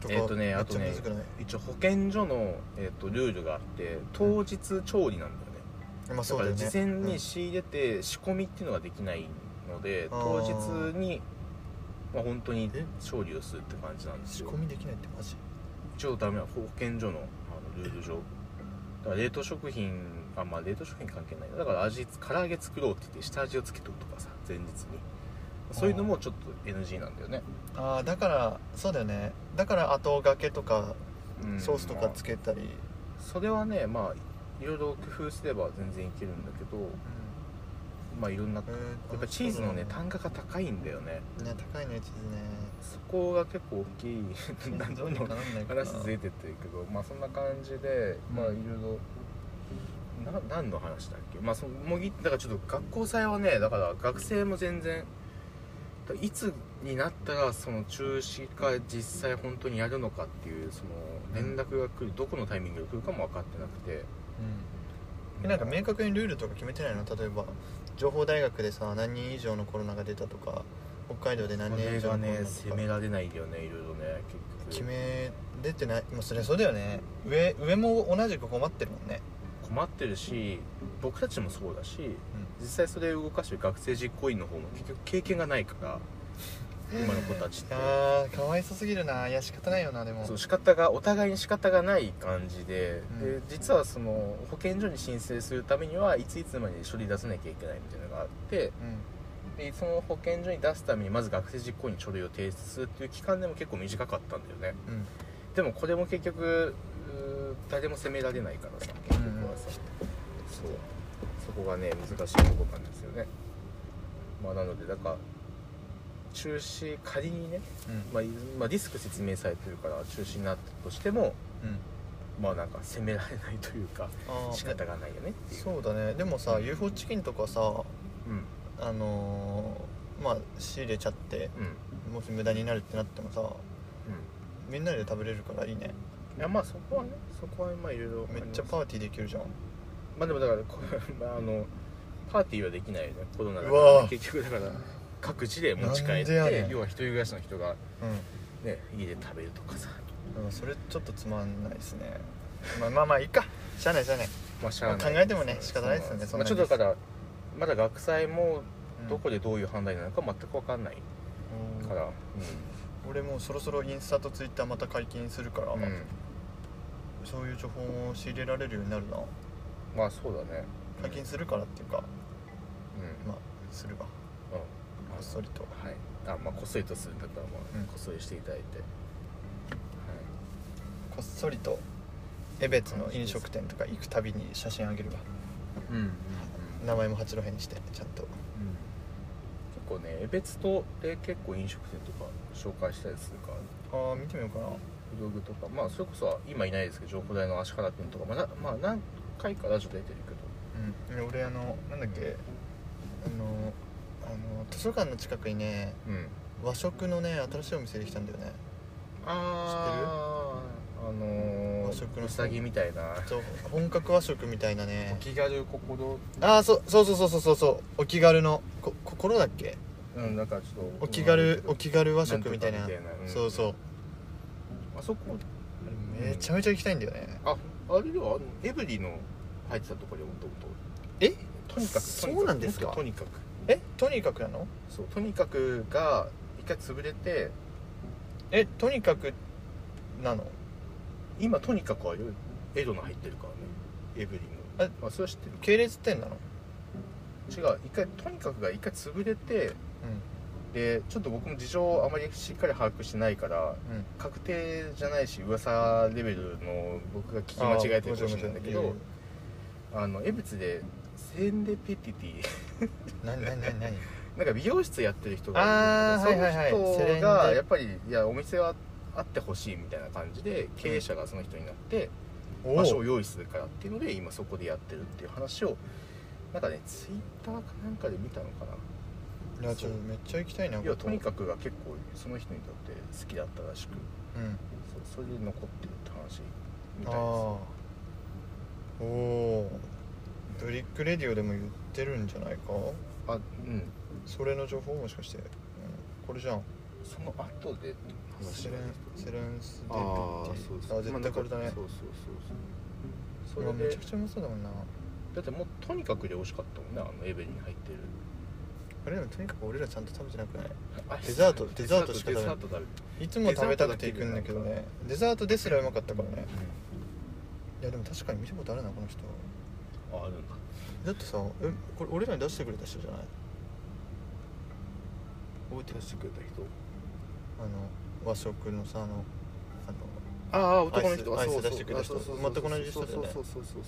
S1: とか
S2: えーとね
S1: めっ
S2: あ
S1: ち
S2: と
S1: ゃ
S2: ね
S1: むずくない、
S2: 一応保健所の、えっとルールがあって当日調理なんだよね、
S1: まあ
S2: だ
S1: そう
S2: か
S1: だ
S2: ら
S1: よね
S2: 事前
S1: うん
S2: に仕入れて仕込みっていうのができないので、
S1: あ
S2: 当
S1: ー
S2: 日に、まあ、本当に調理をするって感じなんです
S1: 仕
S2: よ
S1: 込みできないってマジ
S2: 一応ダメな保健所のあのルール上だから冷凍食品あまあ冷凍食品関係ないなだから味唐揚げ作ろうって言って下味をつけとくとかさ前日にそういうのもちょっと NG なんだよね、
S1: ああだからそうだよねだから後がけとか
S2: うん
S1: ソースと
S2: ま
S1: か
S2: あ
S1: つけたり、
S2: それはねまあいろいろ工夫すれば全然いけるんだけどまあいろんなや
S1: うんうん
S2: っぱチーズのね
S1: あそう
S2: 単価が高いんだよね
S1: だねね高いねチ
S2: そこが結構大きい <laughs>
S1: ーズね
S2: 何
S1: どうに
S2: の
S1: かなんないかな
S2: 話ずれてってるけどまあそんな感じで
S1: うん
S2: まあいろいろな何の話だっけまあその模擬だからちょっと学校祭はねだから学生も全然だからいつになったらその中止か実際本当にやるのかっていうその連絡が来るどこのタイミングで来るかも分かってなくて
S1: うん、えなんか明確にルールとか決めてないの例えば情報大学でさ何人以上のコロナが出たとか北海道で何
S2: こ
S1: 人
S2: れ
S1: 以上
S2: が
S1: のコロナ
S2: ね
S1: とか
S2: 責められないんだよねいろいろね結
S1: 決
S2: 局
S1: め出てないもうそれそうだよね上上も同じく困ってるもんね
S2: 困ってるし僕たちもそうだし実際それを動かしてる学生実行委員の方も結局経験がないから今の子たちっ
S1: い
S2: て
S1: やーかわいそすぎるないや仕方ないよなでも
S2: そう仕方がお互いに仕方がない感じで,、
S1: う
S2: で実はその保健所に申請するためにはいついつまでに処理出さなきゃいけないみたいなのがあって
S1: う
S2: でその保健所に出すためにまず学生実行委員に書類を提出するっていう期間でも結構短かったんだよね
S1: んうん
S2: でもこれも結局うー誰も責められないからさ結局はさ、そうそこがね難しいとこなんですよねまあなのでだから中止仮にね、まあ、いまあリスク説明されてるから中止になったとしても
S1: うんうん
S2: まあなんか責められないというか
S1: あー
S2: 仕方がないよねっていう
S1: そうだねでもさ UFO チキンとかさ
S2: うん
S1: あのーまあ仕入れちゃって
S2: うんうん
S1: もし無駄になるってなってもさみんなで食べれるからいいね
S2: いやまあそこはねそこはまあいろいろ
S1: めっちゃパーティーできるじゃん
S2: まあでもだからこれ、 <laughs> まあ、あのパーティーはできないよねコロナだか
S1: うわ
S2: ら
S1: ぁ
S2: 結局だから各自で持ち帰
S1: な
S2: っ
S1: ん
S2: て
S1: でやねん
S2: 要は一人暮らしの人が
S1: う
S2: ね家で食べるとかさ
S1: ん、うん、それちょっとつまんないですねまあまあまあいいかしゃあないしゃあない
S2: まあしゃあない
S1: 考えてもね仕方ないですよね
S2: そうなんですまあち
S1: そ
S2: ょ
S1: ん
S2: っ
S1: なに
S2: とだからまだ学祭もどこ
S1: で
S2: でどういう判断になるか全く分かんない
S1: うん
S2: から、
S1: 俺もうそろそろインスタとツイッターまた解禁するから、
S2: うんうん
S1: そういう情報を仕入れられるようになるな
S2: まあそうだね
S1: 解禁するからっていうか
S2: うん、
S1: まあするわこ
S2: うん
S1: っそりと
S2: はい、あまあこっそりとするんだったらまあ、
S1: うん
S2: こっそりしていただいて、
S1: こっそりと江別の飲食店とか行くたびに写真あげるわ
S2: はい、うんうんうん、
S1: 名前も八戸にしてちゃんと
S2: 結構ね江別とで結構飲食店とか紹介したりするから
S1: ああ見てみようかな
S2: ブログとかまあそれこそ今いないですけど情報大の足原君とかまあな、まあ、何回かラジオ出てるけど
S1: うんで俺あのなんだっけあのあの図書館の近くにね
S2: うん
S1: 和食のね新しいお店できたんだよね
S2: あああの
S1: 和
S2: ー、
S1: 食の
S2: うさぎみたいな
S1: そう本格和食みたいな
S2: お
S1: ね
S2: 気軽心
S1: ああそうそうそうそうそうそうお気軽のこ心だっけ
S2: うんなんかちょっと
S1: お気軽
S2: うん
S1: お気軽和食みたいな
S2: なんとかみたいなうん
S1: そうそう
S2: あそこ
S1: あれめちゃめちゃ行きたいんだよね
S2: ああれではあのエブリィの入ってたところよもともと
S1: え
S2: とにかく
S1: そうなんですか
S2: とにかく
S1: えとにかくなの
S2: そうとにかくが一回潰れて
S1: えとにかくなの
S2: 今とにかくはエドの入ってるからねエブリィの
S1: え
S2: あそれは知ってる
S1: 系列店なの
S2: 違う一回とにかくが一回潰れてでちょっと僕も事情をあまりしっかり把握してないから
S1: うんうん
S2: 確定じゃないし噂レベルの僕が聞き間違えてるかもしれないんだけどあの江別でセンデピティティ <laughs>
S1: 何何何何
S2: なんか美容室やってる人がいるんだけ
S1: あー
S2: ど
S1: はい
S2: そ
S1: はいはい
S2: の人
S1: セレン
S2: が
S1: デ
S2: やっぱりいやお店はあってほしいみたいな感じで経営者がその人になって
S1: お
S2: 場所
S1: お
S2: を用意するからっていうので今そこでやってるっていう話をなんかねツイッターかなんかで見たのかない
S1: やちょっとめっちゃ行きたいない
S2: やとにかくが結構その人にとって好きだったらしく
S1: くうん
S2: そうそれで残ってるって話み
S1: あ
S2: た
S1: あ
S2: いです
S1: おおブリックレディオでも言ってるんじゃないか
S2: あうん
S1: それの情報もしかして、うん、これじゃん
S2: その後で
S1: セレンセレンスデ
S2: あ
S1: ビ
S2: あ
S1: ュ
S2: そう
S1: ー
S2: そう
S1: あ絶対これだ
S2: まあな
S1: ね
S2: んかそうそう
S1: う
S2: そうそ
S1: わ
S2: うそ
S1: め
S2: れ
S1: ち
S2: で
S1: ゃくちゃうまそうだもんな
S2: だってもうとにかくで美味しかったもんねあのエベに入ってる
S1: あれでもとにかく俺らちゃんと食べてなくないデザートデザートしか
S2: デ
S1: 食べ
S2: ザ
S1: ない
S2: ート食べる
S1: いつも食べたくて行くんだけどねデザートですらうまかったからねいやでも確かに見たことあるなこの人
S2: ああるんだ
S1: だってさえこれ俺らに出してくれた人じゃない
S2: 覚えてらっしゃくれた人
S1: あの和食のさあのあの
S2: ああ男の人が
S1: アイス
S2: そうそう
S1: アイス出してくれた人
S2: あそうそう
S1: 全く同じ人だよね
S2: そうそうそうそうそうそう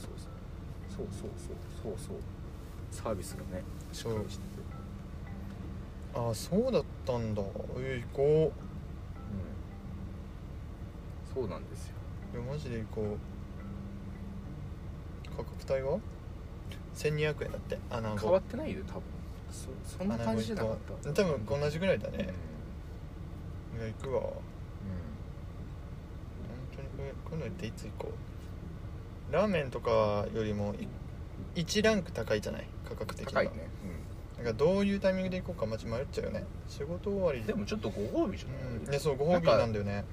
S2: そうそうそうそうサービスがねしっかりしてて
S1: ああそうだったんだえ行こ
S2: うんそうなんですよ
S1: ういやマジで行こう価格帯は1200円だって穴子
S2: 変わってないよ多分そそんな感じじゃなかった
S1: 穴子一個多分同じぐらいだ
S2: うん
S1: ね、いや行くわ本当にこれこういうのっていつ行こうラーメンとかよりも1ランク高いじゃない価格的に
S2: 高
S1: はい
S2: ね
S1: なんかどういうタイミングで行こうかまち迷っちゃうよね仕事終わり
S2: でもちょっとご褒美じゃ
S1: うん、
S2: ない
S1: やそうご褒美なんだよね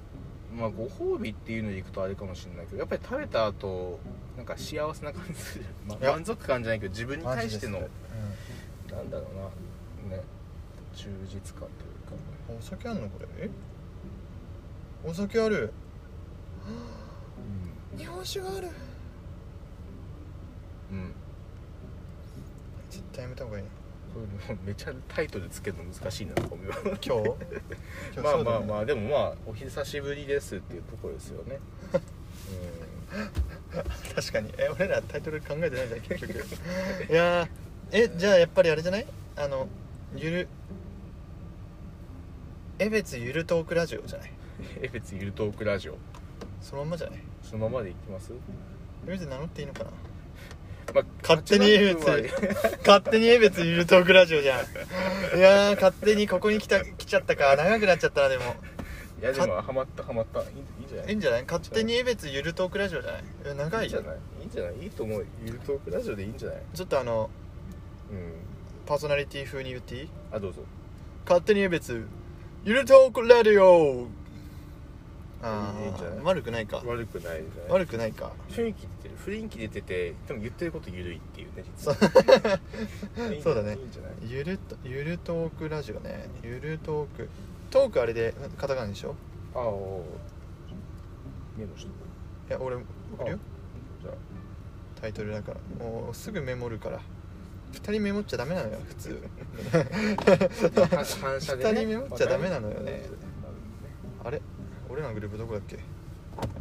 S2: まあご褒美っていうのでいくとあれかもしれないけどやっぱり食べた後なんか幸せな感じする、まあ
S1: いや
S2: 満足感じゃないけど自分に
S1: マジ
S2: 対
S1: で
S2: しての
S1: それ
S2: なんだろうなね充実感というか
S1: うん、お酒あんのこれえお酒ある日本酒がある
S2: うん、うん、 <laughs>
S1: 絶対やめた方がいい <laughs> な
S2: これもうめちゃタイトルつけるの難しいなと思うよ
S1: 今
S2: <laughs>
S1: 日今日
S2: まあ
S1: そうだ
S2: ま
S1: よ
S2: あ
S1: ね
S2: まあでもまあお久しぶりですっていうところですよねうん
S1: 確かにえ俺らタイトル考えてないじゃん結局 <laughs> いやーえじゃあやっぱりあれじゃないあのゆるえ別ゆるトークラジオじゃない
S2: え別ゆるトークラジオ
S1: そのまんまじゃない
S2: そのままでいきます、
S1: え別名乗っていいのかな
S2: まあ、
S1: 勝手にえ別 <laughs> 勝手にえ別ゆるトークラジオじゃんいやー勝手にここに来た来ちゃったか長くなっちゃったなでも
S2: <laughs> いやでもハマったハマったいいいいんじゃない
S1: いいんじゃない勝手にえ別ゆるトークラジオじゃないえ長
S2: いい
S1: い
S2: んじゃ
S1: よ
S2: ないいいんじゃないいいと思うゆるトークラジオでいいんじゃない
S1: ちょっとあの
S2: うん
S1: パーソナリティ風に言っていい
S2: あどうぞ
S1: 勝手に別ゆるトークラディオああ
S2: いいんじゃない
S1: ー悪くないか
S2: 悪くないじゃない
S1: 悪くないか
S2: 雰囲気出てる雰囲気出ててでも言ってること緩いっていうね実はいいん
S1: そうだね
S2: いいんじゃない
S1: ゆるっとゆるトークラジオねゆるトークトークあれでカタカナでしょ
S2: あおうメモしとこ
S1: いや俺
S2: う
S1: 送るよ
S2: あじゃあ
S1: タイトルだからもうすぐメモるから2人メモっちゃダメなのよ普通
S2: <laughs> 反 <laughs> 射で、ね、
S1: 二人メモっちゃダメなのよね
S2: ダ
S1: あれ俺らのグループどこだっけ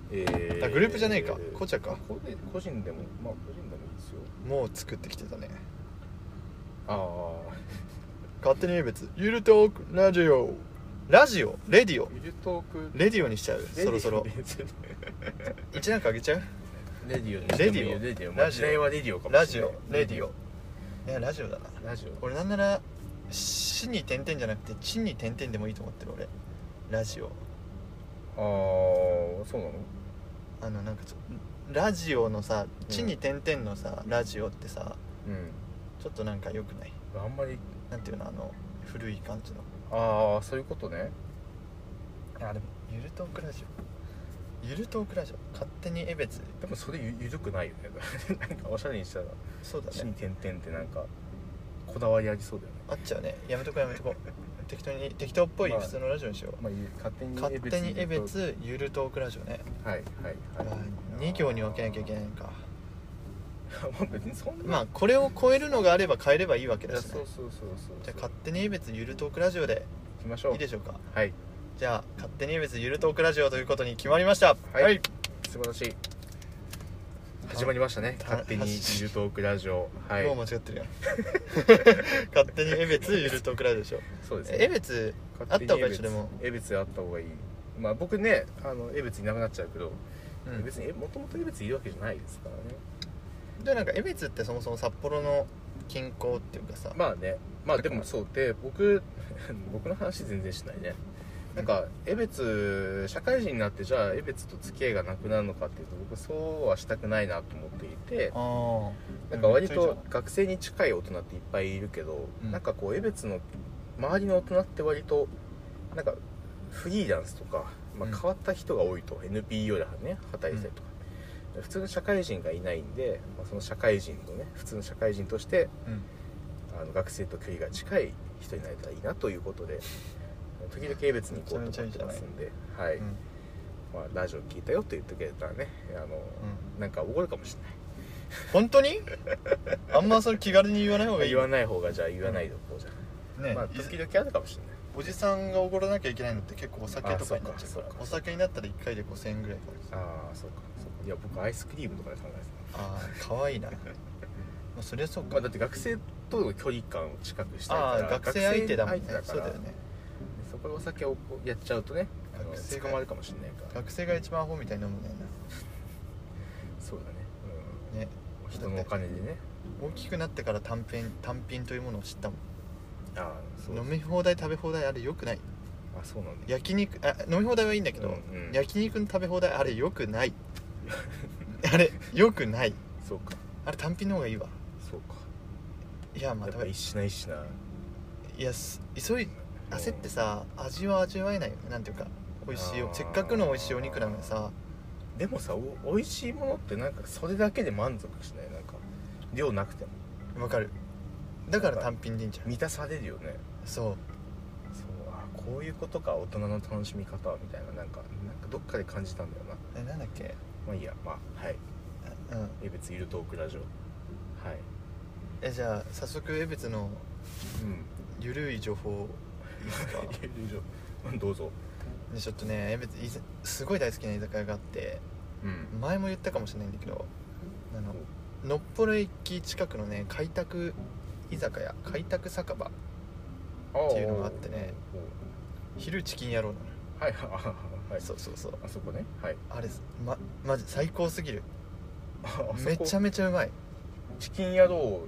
S2: メだねえ
S1: あグループじゃねえか個
S2: ゃ
S1: 茶か
S2: 個人でもまあ個人でもいいですよ
S1: もう作ってきてたね
S2: ああ
S1: 勝手に名別ゆるトークラジオラジオレディオ
S2: ミルトーク
S1: レディオにしちゃうそろそろ一なんかあげちゃう
S2: レディオにしてもいいよ
S1: レ
S2: レ
S1: ディオ
S2: ディオ
S1: ラジオ
S2: 時代はレディオかもしれない
S1: ラジオレディオいやラジオだな
S2: ラジオ
S1: 俺なんなら「し」に点々じゃなくて「ち」に点々でもいいと思ってる俺ラジオ
S2: ああそうなの
S1: あのなんかちょラジオのさ「ち」に点々のさ、ラジオってさ
S2: う
S1: ちょっとなんか良くない
S2: んあんまり
S1: なんていうのあの古い感じの
S2: ああそういうことね
S1: あでもゆるトークラジオゆるトークラジオ勝手にえべつ
S2: でもそれゆゆるくないよね <laughs> なんかおしゃれにしたら
S1: そうだ
S2: 「地に
S1: ね
S2: 点々」ってなんかこだわりありそうだよね
S1: あっちゃうねやめとこうやめとこ
S2: <laughs>
S1: う適当に適当っぽい
S2: まあ
S1: 普通のラジオにしよう、
S2: まあゆ勝手に
S1: 勝手にえべ
S2: 別
S1: つゆるトークラジオね
S2: はいはいは
S1: 2
S2: い
S1: 行に分けなきゃいけないのか
S2: あーまあ別にそんな
S1: まあこれを超えるのがあれば変えればいいわけ
S2: い
S1: だ
S2: や
S1: し
S2: そ
S1: ね
S2: うそうそうそう
S1: じゃあ勝手に別ゆるトークラジオで
S2: 行きましょう
S1: いいでしょうか
S2: はい
S1: じゃあ勝手に別ゆるトークラジオということに決まりました
S2: はい、素晴らしい始まりましたね
S1: は
S2: 勝手にゆるトークラジオはい
S1: もう間違って
S2: <laughs>
S1: るやん勝手にえべつゆるトークラジオでしょ
S2: そうですね
S1: えべつあった方がいいでしょでも
S2: えべつあった方がいいまあ僕ねあのえべついなくなっちゃうけど、
S1: うん
S2: 別にもともとえべついるわけじゃないですからね
S1: じゃあなんかえべつってそもそも札幌の近郊っていうかさ
S2: まあねまあ
S1: だか
S2: で
S1: ら
S2: もそうで僕 <laughs> 僕の話全然しないねなんか江別社会人になってじゃあ江別と付き合いがなくなるのかっていうと僕そうはしたくないなと思っていて
S1: あ
S2: なんか割と学生に近い大人っていっぱいいるけど、
S1: うん
S2: なんかこう江別の周りの大人って割となんかフリーランスとか、まあ、
S1: うん
S2: 変わった人が多いと、NPO でね働いてたりとか、普通の社会人がいないんで、まあ、その社会人のね普通の社会人として
S1: うん
S2: あの学生と距離が近い人になれたらいいなということで時々軽別に行こうと思ってますんで、はい
S1: うん
S2: まあ、ラジオ聞いたよと言ってくれたらねあの、なんか怒るかもしれない
S1: 本当
S2: <laughs>
S1: にあんまそれ気軽に言わない方がいい
S2: 言わない方がじゃあ言わないでおこうじゃん、
S1: ね
S2: まあ、
S1: いず
S2: 時々あるかもしれない
S1: おじさんがおごらなきゃいけないのって結構お酒とかになっちゃ
S2: あ
S1: うか
S2: そうからそうか
S1: お酒になったら1回で5000円ぐらいから
S2: ああそうかそうかいや僕アイスクリームとかで考えて
S1: ああかわいいなまあそりゃそう
S2: た、ま
S1: か
S2: あ、だって学生との距離感を近くしたい
S1: あ
S2: か
S1: あ
S2: ら
S1: 学生相手だもんね
S2: 学生
S1: そ
S2: 相手
S1: う
S2: から
S1: だよね
S2: そこでお酒をこうやっちゃうとねあの
S1: 学生が
S2: 捕まるかもしれないから
S1: 学生が一番アホみたいに飲むんだよ
S2: そうだね、
S1: なね
S2: うん、人のお金でね
S1: 大きくなってから単品単品というものを知ったも
S2: ああそ
S1: ん
S2: う
S1: 飲み放題食べ放題あれよくない
S2: あそうなんだ
S1: 焼肉あ飲み放題はいいんだけど、
S2: うんうん
S1: 焼肉の食べ放題あれよく
S2: <laughs>
S1: ないあれよくない
S2: そうか
S1: あれ単品の方がいいわ
S2: そうか
S1: いやまあ
S2: やっぱ一品一品
S1: いやす急い焦ってさ味は味わえないよねなんていうか美味しいよ
S2: あー
S1: せっかくの美味しいお肉なのにさ
S2: でもさお美味しいものってなんかそれだけで満足しないなんか量なくても
S1: わかるだから単品でいいんじゃん
S2: 満たされるよね
S1: そう
S2: そうあこういうことか大人の楽しみ方はみたいななんかなんかどっかで感じたんだよな
S1: えなんだっけ
S2: まあいいやまあはい
S1: うん
S2: 「え別ゆるトークラジオ」はい
S1: えじゃあ早速江別の
S2: うん
S1: ゆるい情報いい
S2: <laughs>
S1: ですか
S2: ゆる以上うんどうぞ
S1: でちょっとね江別いずすごい大好きな居酒屋があって
S2: うん
S1: 前も言ったかもしれないんだけどあののっぽろ駅近くのね開拓居酒屋開拓酒場っていうのがあってね昼チキン野郎なのよ、
S2: はいはいはいはい
S1: そうそうそう
S2: あそこねはい
S1: あれまマジ最高すぎる
S2: あ
S1: めちゃめちゃうまい
S2: チキン野郎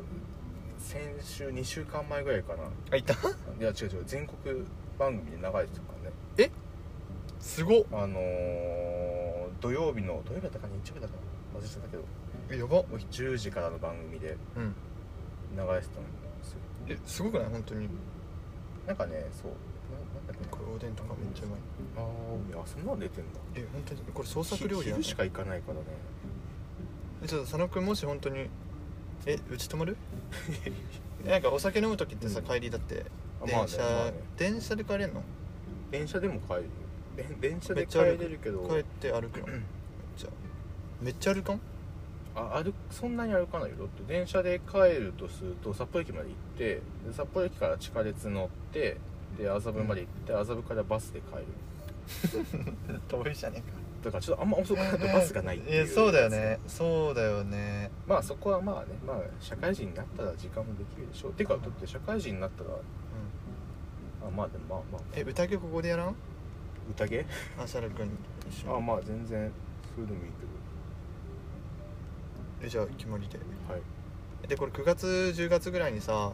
S2: 先週2週間前ぐらいかな
S1: あい <laughs> た
S2: いや違う違う全国番組で流れてたからね
S1: すごっ
S2: あのー、土曜日の土曜日だったか日曜日だったか忘れてたけど
S1: やば
S2: お昼10時からの番組で
S1: うん
S2: 流れてたんですよ
S1: えすごくない本当に
S2: なんかねそうななんだっけ
S1: これおでんとかめっちゃうまい
S2: ああいやそんなの出てんだ
S1: え本当にこれ創作料理なん
S2: 昼
S1: だ
S2: しか行かないからね <laughs>
S1: えちょっと佐野君もし本当にえうち泊まるえなんかお酒飲む時ってさ、
S2: うん
S1: 帰りだって
S2: あま
S1: 電
S2: あね
S1: 車、
S2: まあね
S1: 電車で帰れんの
S2: 電車でも帰る電電車
S1: め
S2: で
S1: っ
S2: 帰
S1: ちゃ歩
S2: れ
S1: く
S2: るけど
S1: 帰って歩くのじゃあめっちゃ歩かん
S2: あ歩くそんなに歩かないよだって電車で帰るとすると札幌駅まで行ってで札幌駅から地下鉄乗ってで麻布まで行って麻布からバスで帰る
S1: 遠いじゃね
S2: だからちょっとあんま遅くな <laughs> るとバスがないっていう
S1: えそうだよねそうだよね
S2: まあそこはまあねまあ社会人になったら時間もできるでしょうてかだって社会人になったらあまあでもまあまあ
S1: え宴ここでやらん
S2: 宴
S1: あ佐野君一緒
S2: あ
S1: に
S2: まあ全然それでもいいけ
S1: えじゃあ決まりで
S2: どはい、
S1: でこれ9月10月ぐらいにさ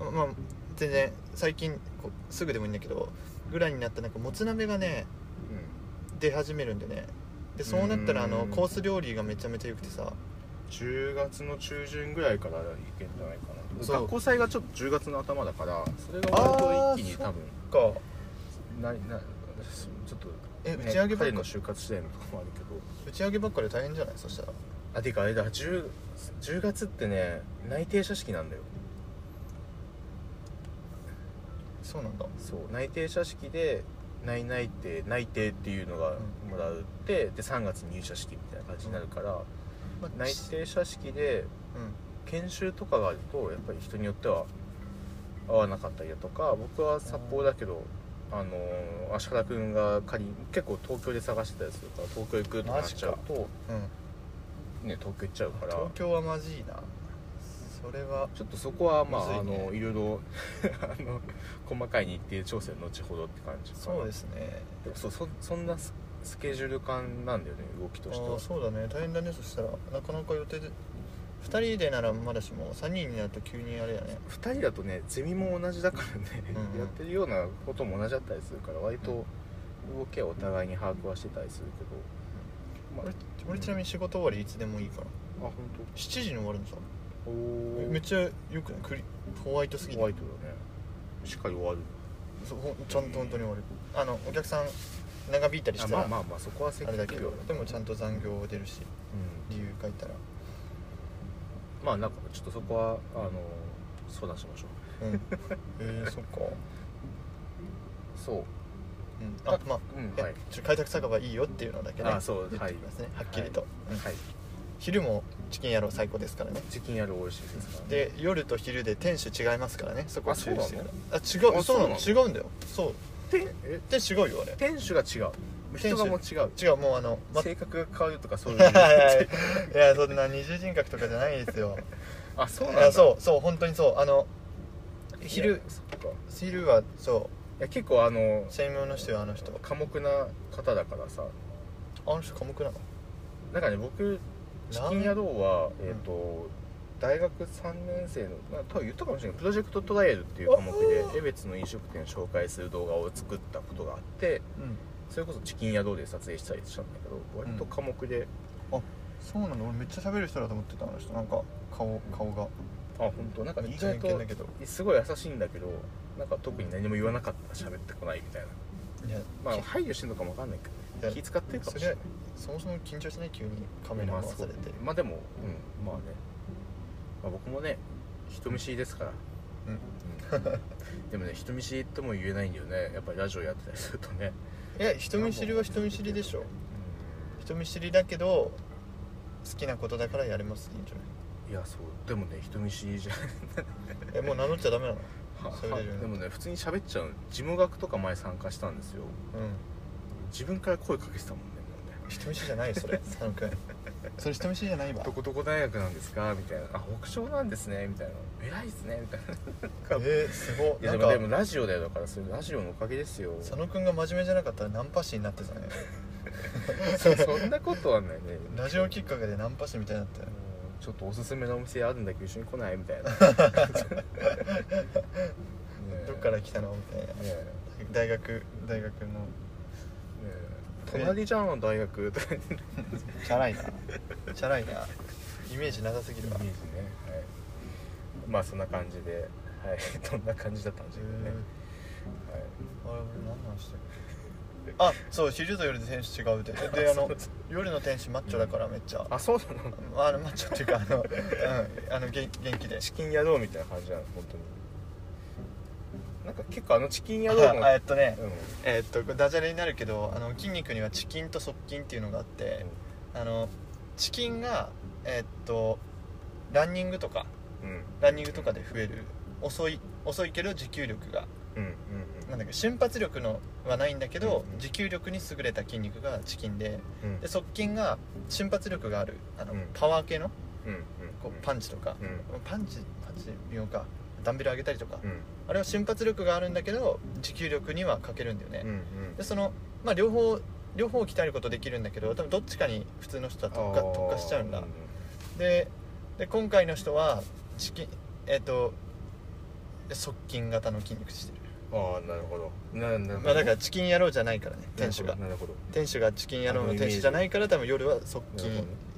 S2: う
S1: ままあ全然最近こうすぐでもいいんだけどぐらいになったなんかもつ鍋がね
S2: んうん、
S1: 出始めるんでねでそうなったらあ
S2: う
S1: の
S2: ん
S1: コース料理がめちゃめちゃ良くてさ
S2: 10月の中旬ぐらいから行けんじゃないかな
S1: そう
S2: 学校祭がちょっと10月の頭だからそれが終わると一気に多分
S1: か
S2: ななちょっと、
S1: え打ち上げばっ
S2: 彼
S1: か
S2: の就活試練のとかもあるけど
S1: 打ち上げばっかで大変じゃないそしたら
S2: あていうかあれだ 10, 10月ってね内定者式なんだよ
S1: そうなんだ
S2: そう内定者式で内内定内定っていうのがもらうって、で3月入社式みたいな感じになるから、
S1: まあ
S2: 内
S1: し
S2: 定者式で研修とかがあるとやっぱり人によっては合わなかったりだとか僕は札幌だけど、あのー足利君が仮に結構東京で探してたりするから東京行くってなっちゃうと、
S1: うん、うん、
S2: ね、東京行っちゃうから
S1: 東京はまじいなそれは
S2: ちょっとそこはまあ
S1: むずい
S2: あ
S1: ね
S2: のいろいろ <laughs> あの細かい日程調整後ほどって感じかな
S1: そうですね
S2: でもそうそそんなススケジュール感なんだよね動き
S1: あ
S2: としては
S1: ーそうだね大変だねそしたらなかなか予定で2人でならまだしも3人になると急にあれやね
S2: 2人だとねゼミも同じだからね、
S1: うんうん
S2: やってるようなことも同じだったりするから割と動きはお互いに把握はしてたりするけど、まあ
S1: 俺俺ちなみに仕事終わりいつでもいいから
S2: あ本
S1: 7時に終わるのさ
S2: 当。おー
S1: めっちゃよくないクリホワイトすぎて
S2: ホワイトだねしっかり終わる
S1: そうほんちゃんと本当に終わるあのお客さん長引いたりし
S2: あ
S1: たら
S2: まあ
S1: あ
S2: まあまあそこは
S1: れだけどでもちゃ
S2: ん
S1: んと残業出るし
S2: うん
S1: 理由書いたら
S2: まあなんかちょっとそこはあの相談しましょう
S1: うん
S2: <laughs>
S1: えー、そっか
S2: そう
S1: うんあまあ
S2: うん
S1: え
S2: はい
S1: ちょ開拓酒場いいよっていうのだけね
S2: あそう
S1: 言ってきますね、はっきりと、うん
S2: はい
S1: 昼もチキン野郎最高ですからね
S2: チキンやる美味しいですからね
S1: で夜と昼で店主違いますからねそこは
S2: あそうな
S1: 注意
S2: の
S1: してからあ違う
S2: あ
S1: そうなの
S2: そう
S1: 違うんだよそう
S2: てえ
S1: で違うよあれ
S2: 店主が違う人がもう違う
S1: 違うもうあの、ま、
S2: 性格が変わるとかそう
S1: <laughs>
S2: い
S1: いうや
S2: の
S1: いやいやそんな二重人格とかじゃないですよ
S2: <laughs> あそうなん
S1: いや
S2: だ
S1: そうそう本当にそうあの
S2: いや
S1: 昼
S2: そっかい
S1: 昼はそ
S2: や結構あの
S1: う専門の人よあの人
S2: 寡黙な方だからさ
S1: あの人寡黙なの
S2: なんかね僕チ
S1: ラー
S2: キ
S1: メン
S2: ン野郎はえっ、と大学3年生のまあ多分言ったかもしれないプロジェクトトライアルっていう科目で江別の飲食店を紹介する動画を作ったことがあって
S1: うん
S2: それこそチキン野郎で撮影したりしたんだけど割と科目で、
S1: そうなの俺めっちゃ喋る人だと思ってたあの人なんか顔顔が
S2: あ本当なんか
S1: め
S2: 意
S1: っちゃ
S2: 外
S1: 偏見
S2: と
S1: だけど
S2: すごい優しいんだけどなんか特に何も言わなかった喋ってこないみたいない
S1: や
S2: まあ配慮してるのかもわかんないけ
S1: い
S2: ど
S1: や
S2: ね気使ってるかもしれない
S1: そもそも緊張しない急にカメラ回されて
S2: まあそうまあでも、うん、まあね、まあ、僕もね人見知りですから、
S1: うん
S2: <laughs> うんでもね人見知りとも言えないんだよねやっぱりラジオやってたりするとね
S1: いや人見知りは人見知りでしょ人見知りだけど好きなことだからやれますいいんじゃ
S2: いやそうでもね人見知 <laughs> りじゃ
S1: ないえもう名乗っちゃダメなの
S2: は
S1: それでね
S2: はでもね普通に喋っちゃう事務学とか前参加したんですよ
S1: うん
S2: 自分から声かけてたもんねもうね
S1: 人見知りじゃないよそ <laughs> れ佐野君それ人見知りじゃないわ
S2: どこどこ大学なんですかみたいな「あ北昇なんですね」みたいな「偉いですね」みたいな
S1: えー、すご
S2: い
S1: いな
S2: やで
S1: ん
S2: も
S1: か
S2: でもラジオだよだからそれラジオのおかげですよ
S1: 佐野君が真面目じゃなかったらナンパ師になってたね
S2: <laughs> そそんなことはないね
S1: ラジオきっかけでナンパ師みたいになったよ
S2: あのちょっとおすすめのお店あるんだけど一緒に来ないみ
S1: <laughs>
S2: たいなねえ
S1: どっか
S2: ね
S1: ら来たのみたいな
S2: えね
S1: 大学大学の
S2: え隣じゃん大学とかイメ
S1: チャラいなチャラいなイメージ長すぎるわ
S2: ージねはいまあそんな感じではいどんな感じだったんでしょうけどね
S1: えあれ俺何なんしてるあそう昼と夜で天使違
S2: <laughs>
S1: うってであの夜の天使マッチョだからめっちゃ
S2: あそうなの
S1: あのマッチョっていうかあの、うん、あの元元気で
S2: チキン宿みたいな感じなの本当になんか結構あのチキン宿
S1: <laughs>
S2: も、
S1: あえっとね、
S2: うん、
S1: えーっとこれダジャレになるけどあの筋肉にはチキンと側筋っていうのがあって、あのチキンがえーっとランニングとか
S2: うん
S1: ランニングとかで増える遅い遅いけど持久力が
S2: うんうん
S1: なんだっけ瞬発力のはないんだけど
S2: うんうん
S1: 持久力に優れた筋肉がチキンで
S2: うんうん
S1: で側筋が瞬発力があるあの、
S2: うん
S1: パワー系の
S2: うんうん
S1: こうパンチとか、
S2: うん
S1: パンチパンチ微妙かダンベル上げたりとか、
S2: うんうん
S1: あれは瞬発力があるんだけど持久力には欠けるんだよね、
S2: うん
S1: でそのまあ両方両方鍛えることできるんだけど多分どっちかに普通の人は特化
S2: あー
S1: 特化しちゃうんだ
S2: ん
S1: でで今回の人はチキンえっ、とで側筋型の筋肉してる、
S2: ああなるほどなな
S1: まあだからチキン野郎じゃないからね店主が
S2: なるほど
S1: 店主がチキン野郎の店主じゃないから多分夜は側筋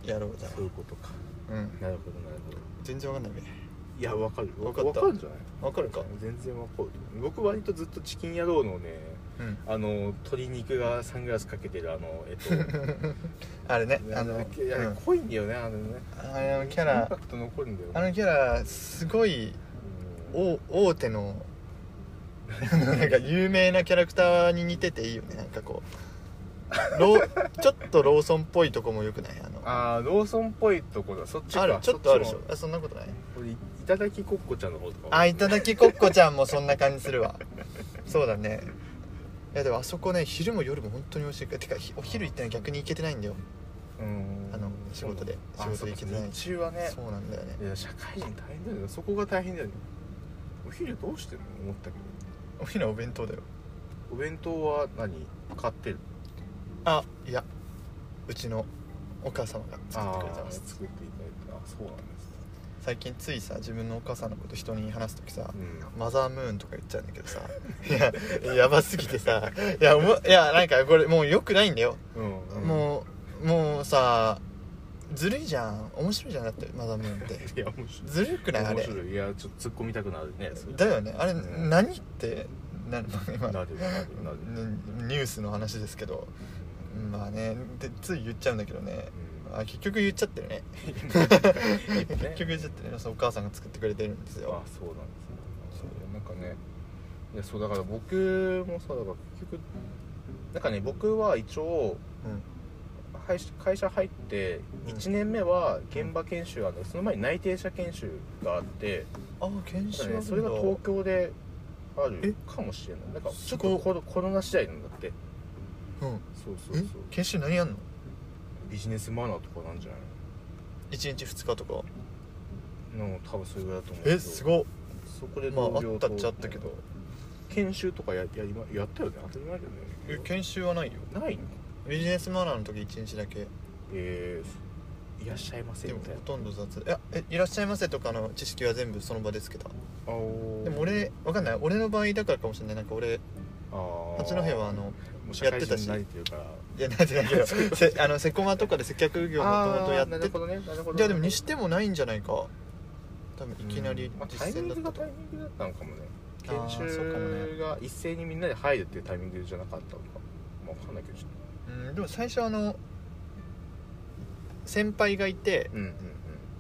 S1: 野郎だわ
S2: そういうことか
S1: うん
S2: なるほどなるほど
S1: 全然わかんないべ
S2: いやわかる
S1: わかった
S2: わかるんじゃない
S1: わかるか
S2: 全然わかる僕割とずっとチキン野郎のね
S1: うん
S2: あの鶏肉がサングラスかけてるあのえっ <laughs> と
S1: あれねあ
S2: あ
S1: の、
S2: のいや
S1: うん
S2: 濃いんだよねあのね
S1: あのキャ
S2: インパ
S1: ラ
S2: クト残るんだよ
S1: あのキャラすごい
S2: うん
S1: 大大手の <laughs> なんか有名なキャラクターに似てていいよねなんかこうロー <laughs> ちょっとローソンっぽいとこもよくないあのあ
S2: ああローソンっぽいとこだそっちか
S1: るちょっとあるでし
S2: そ
S1: ょ
S2: も
S1: あそんなことない
S2: これいただきコッコちゃんの方とか
S1: あいただきコッコちゃんもそんな感じするわそうだねいやでもあそこね昼も夜も本当に美味しいからてかひお昼行ったら逆に行けてないんだよ
S2: うん
S1: あの仕事で
S2: あ
S1: 仕事で行けてない
S2: そっか日中はね
S1: そうなんだよね
S2: いや社会人大変だよねそこが大変だよねお昼どうしてるの思ったけど
S1: お昼はお弁当だよ
S2: お弁当は何買ってる
S1: あいやうちのお母様が作ってくれた
S2: あ
S1: ま
S2: ー
S1: す
S2: 作っていただいたあそうなんですね
S1: 最近ついさ自分のお母さんのこと人に話す時さ、
S2: うん
S1: マザームーンとか言っちゃうんだけどさいややばすぎてさいやおもいやなんかこれもう良くないんだよ、
S2: うん
S1: もうもうさずるいじゃん面白いじゃんだってマザームーンって
S2: <laughs> いや面白い
S1: ずるくないあ
S2: 面
S1: れ
S2: 白いいやちょっと突っ込みたくなるねそれ
S1: だよねあれ、
S2: うん
S1: 何ってなるの今
S2: なるなるなる
S1: んニュースの話ですけど
S2: <laughs>
S1: まあねでつい言っちゃうんだけどね
S2: うん
S1: あ結局言っちゃってる
S2: <laughs>
S1: ね結局言っちゃってるねそうお母さんが作ってくれてるんですよ
S2: あそうなんですねそうなんかねいやそうだから僕もさだから結局なんかね僕は一応
S1: うん
S2: 会社会社入って1年目は現場研修あのその前に内定者研修があって
S1: あ研修
S2: だ
S1: あるんだ
S2: からねそれが東京である
S1: え
S2: かもしれないなんかち
S1: す
S2: ょっ
S1: ごい
S2: とコロコロナ次第なんだって
S1: うん
S2: そうそうそ
S1: え
S2: う
S1: 研修何やんの
S2: ビジネスマナーとかなんじゃない
S1: 1日2日とか
S2: のの多分それぐらいだと思う
S1: えす
S2: い
S1: ごっ
S2: そこで
S1: まあ
S2: 同
S1: あ
S2: 僚
S1: った
S2: と
S1: っちゃあったけど
S2: 研修とかややりまやったよね当たり前だよ
S1: え
S2: ね
S1: 研修はないよ
S2: ないの
S1: ビジネスマナーの時1日だけ
S2: えー、いらっしゃいませ
S1: で
S2: み
S1: も
S2: たい
S1: ほ
S2: な
S1: とんど雑いやえいらっしゃいませとかの知識は全部その場でつけた
S2: あー
S1: でも俺わかんない俺の場合だからかもしれないなんか俺
S2: あー
S1: 八戸はあの
S2: もう社会
S1: やってた
S2: 人
S1: し
S2: になれてるから
S1: いやなんてだけどせあのセコマとかで接客業もともとやって
S2: あーなるほどねなるほど
S1: いやでもにしてもないんじゃないか多分いきなり
S2: うんまあタイ
S1: 実
S2: ミン
S1: 践だ
S2: グ
S1: った
S2: が
S1: と
S2: タイミングだったのかもね
S1: あー
S2: 研
S1: そうかもね
S2: 修が一斉にみんなで入るっていうタイミングじゃなかったのか、まあ、分かんないけどちょっ
S1: うんでも最初あの先輩がいて
S2: とうんうん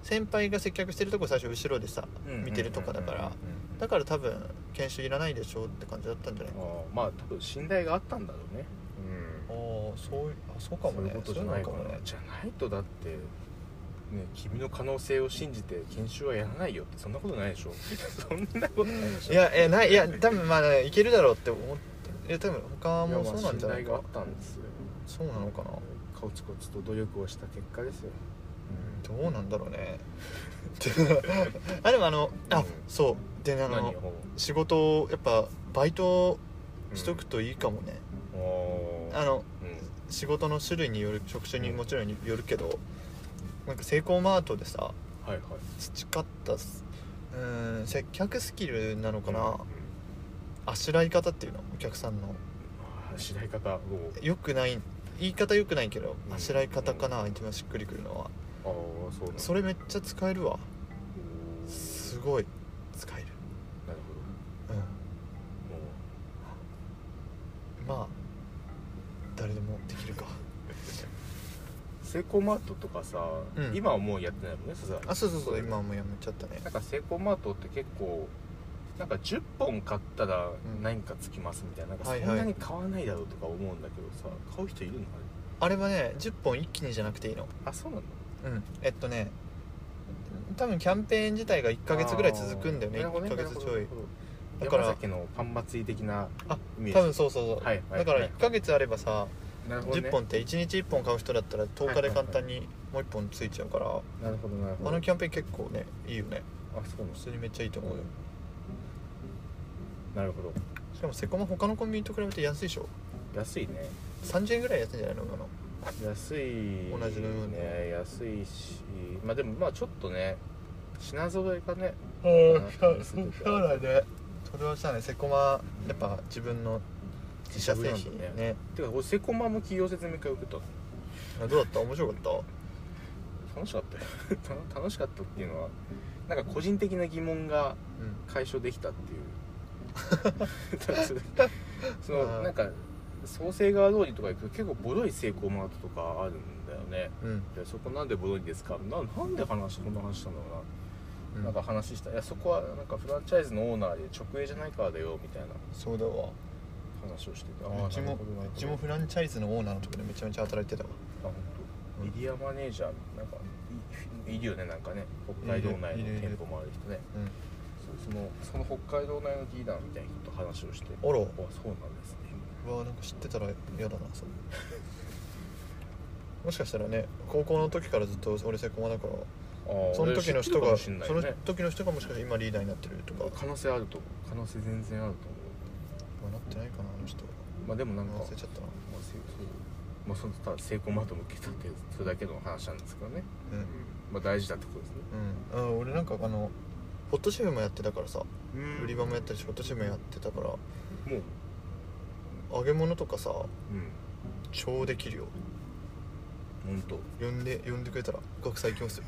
S1: 先輩が接客してるとこ最初後ろでさ
S2: うんうん
S1: 見てるとかだからだから多分研修いらないでしょって感じだったんじゃない
S2: あ
S1: か
S2: ーまあ多分信頼があったんだろうねうん
S1: ああそういうあそうかもね
S2: そういうことじゃないかな
S1: そうのもね
S2: じゃないとだってね君の可能性を信じて研修はやらないよってそんなことないでしょ <laughs> そんなことないでしょ
S1: いやえないいや多分まあ、ね、いけるだろうって思っていや多分他もそうなんじゃない
S2: いや
S1: か
S2: まあ信頼があったんですよ
S1: そうなのかな
S2: コツコツと努力をした結果ですよ、
S1: どうなんだろうね <laughs> あでもあのあそうであ
S2: 何
S1: の
S2: を
S1: 仕事をやっぱバイトしとくといいかもね、
S2: うんおー
S1: あの
S2: うん
S1: 仕事の種類による職種にもちろんよるけどなんかセイコーマートでさ
S2: はいはい
S1: 培ったすうーん接客スキルなのか
S2: うん
S1: なあしらい方っていうのお客さんの
S2: あーしない方を
S1: よくない言い方よくないけど
S2: うん
S1: あしらい方かな一番しっくりくるのは
S2: ああそうなんだ
S1: それめっちゃ使えるわ
S2: おー
S1: すごい使える
S2: なるほど
S1: うん
S2: もう
S1: まあ誰でもできるか
S2: セイコーマートとかさ、
S1: うん
S2: 今はもうやってないもんねさすがに
S1: あそうそうそう今はもうやめちゃったね
S2: なんかセイコーマートって結構なんか10本買ったら
S1: うん
S2: 何かつきますみたいな,、なん
S1: はい
S2: か
S1: はい
S2: そんなに買わないだろうとか思うんだけどさ買う人いるのあ
S1: あれはね10本一気にじゃなくていいの
S2: れあそうなんだ
S1: うんえっとね多分キャンペーン自体が1ヶ月ぐらい続くんだよね
S2: あーなるほど
S1: 1ヶ月ちょいだ
S2: だ
S1: か
S2: からら山崎のパン祭り的な
S1: あ
S2: イメージ
S1: 多分そうそうそう、
S2: はいはい
S1: だから
S2: はい
S1: 1ヶ月あればさ、
S2: なるほど、ね、
S1: 10本って1日1本買う人だったら10日で
S2: はいはいは
S1: 簡
S2: い
S1: 単にもう1本ついちゃうから、
S2: なるほどなるほ
S1: あ
S2: ど
S1: のキャンペーン結構ねいいよね
S2: あそうなん
S1: 普
S2: です
S1: 通にめっちゃいいと思うよ
S2: なるほど
S1: しかもセコマ他のコンビニと比べて安いでしょ
S2: 安いね
S1: 30円ぐらい安いんじゃないの今の
S2: 安い
S1: 同じのように
S2: ね安いしまあでもまあちょっとね品揃えがね
S1: うんそうそうだねそれはさねセコマやっぱ自分の自社製品ね
S2: てか俺セコマも企業説明会受けた
S1: どうだった面白かった
S2: 楽しかったよ <laughs> た楽しかったっていうのはなんか個人的な疑問が
S1: うん
S2: 解消できたっていう
S1: <laughs>
S2: そ
S1: あー
S2: のなんか創生側通りとか行くと結構ボロい成功マートとかあるんだよね
S1: うん
S2: いやそこなんでボロいんですかななんで話こんな話したんだろうな
S1: う
S2: なんか話したいやそこはなんかフランチャイズのオーナーで直営じゃないからだよみたいな
S1: そうだわ
S2: 話をしててああ
S1: うち
S2: な
S1: も
S2: るほどなる
S1: う
S2: ほど
S1: ちもフランチャイズのオーナーのとこでめちゃめちゃ働いてたわ
S2: あ本当
S1: うん
S2: メディアマネージャーなんかいいるよねなんかね北海道内
S1: いるいるいる
S2: の店舗もある人ね
S1: うん
S2: そそのその北海道内のリーダーみたいな人と話をして
S1: あら
S2: あそうなんですね
S1: うわなんか知ってたら嫌だなそれ <laughs> もしかしたらね高校の時からずっと俺セコマだから
S2: あー
S1: その時の人
S2: 俺
S1: が
S2: 知ってるか
S1: その
S2: もしんないね
S1: 時の人がもしかしたら今リーダーになってるとか、ま
S2: 可能性あると思う可能性全然あると思
S1: あ、なってないかなあの人
S2: うまあでもなんか
S1: 忘れちゃったな
S2: まあ、せそうまあそのただ成功マートも受けたっていうそれだけの話なんですけどね、
S1: うん
S2: まあ大事だってことですね
S1: うん、あ俺なんかあのホットシェフもやってたからさ売り場もやったりしホットシェフもやってたから
S2: もう
S1: 揚げ物とかさ
S2: うん
S1: 超できるよ
S2: 本当
S1: 呼んで呼んでくれたら学祭行きます
S2: <laughs>
S1: よ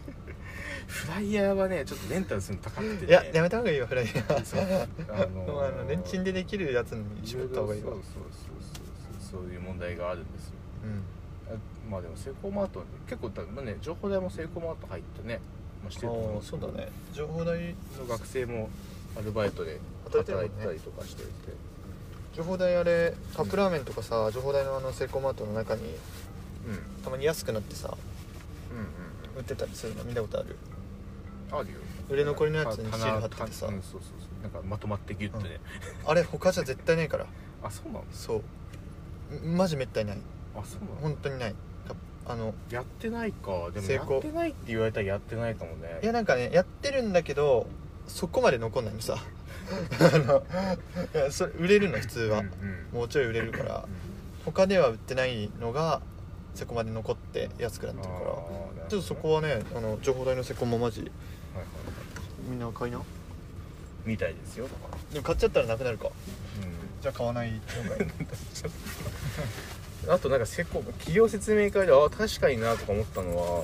S2: フライヤーはねちょっとレンタルするの高くて、ね、
S1: いややめた方がいいよフライヤー
S2: そうあの
S1: <laughs> もうあのレンチン
S2: で
S1: でできるやつに絞った方がいいわ
S2: そうそうそうそうそうそういう問題があるんですよ
S1: うん
S2: あまあでもセイコーマートはね結構だ、まあね、情報代もセイコーマート入ってね、まあ、してると思うん
S1: ああ
S2: です
S1: そ
S2: け
S1: うだ
S2: ど
S1: ね情報代
S2: の学生もアルバイトで
S1: 働いてるもん
S2: 働
S1: ね
S2: いてたりとかしてて、
S1: 情報代あれカップラーメンとかさ情報代のあのセイコーマートの中に
S2: うん、うん
S1: たまに安くなってさ
S2: うん
S1: 売ってたりするの見たことある
S2: うんあるよ
S1: 売れ残りのやつに
S2: た
S1: シール貼
S2: 棚
S1: っててさ
S2: たうんそうそうそうなんかまとまってギュッとね、
S1: あれ他じゃ絶対ないから
S2: あそうなの
S1: そうんマジめったにない
S2: あそうなの
S1: 本当にないカップあの
S2: やってないかでも
S1: 成
S2: や
S1: 功
S2: ってないって言われたらやってないかもね
S1: いやなんかねやってるんだけどそこまで残んないのさあのいやそれ売れるの普通
S2: うんう
S1: は、
S2: ん
S1: もうちょい売れるから他では売ってないのがそこまで残って安くなってるから
S2: あーなるほどね
S1: ちょっとそこはねあの情報代のセコもマジ
S2: はいはいはい
S1: みんな買いな
S2: みたいですよだから
S1: でも買っちゃったらなくなるか
S2: う
S1: じゃあ買わないの <laughs> がいい
S2: んあとなんかセコ企業説明会であ確かになとか思ったのは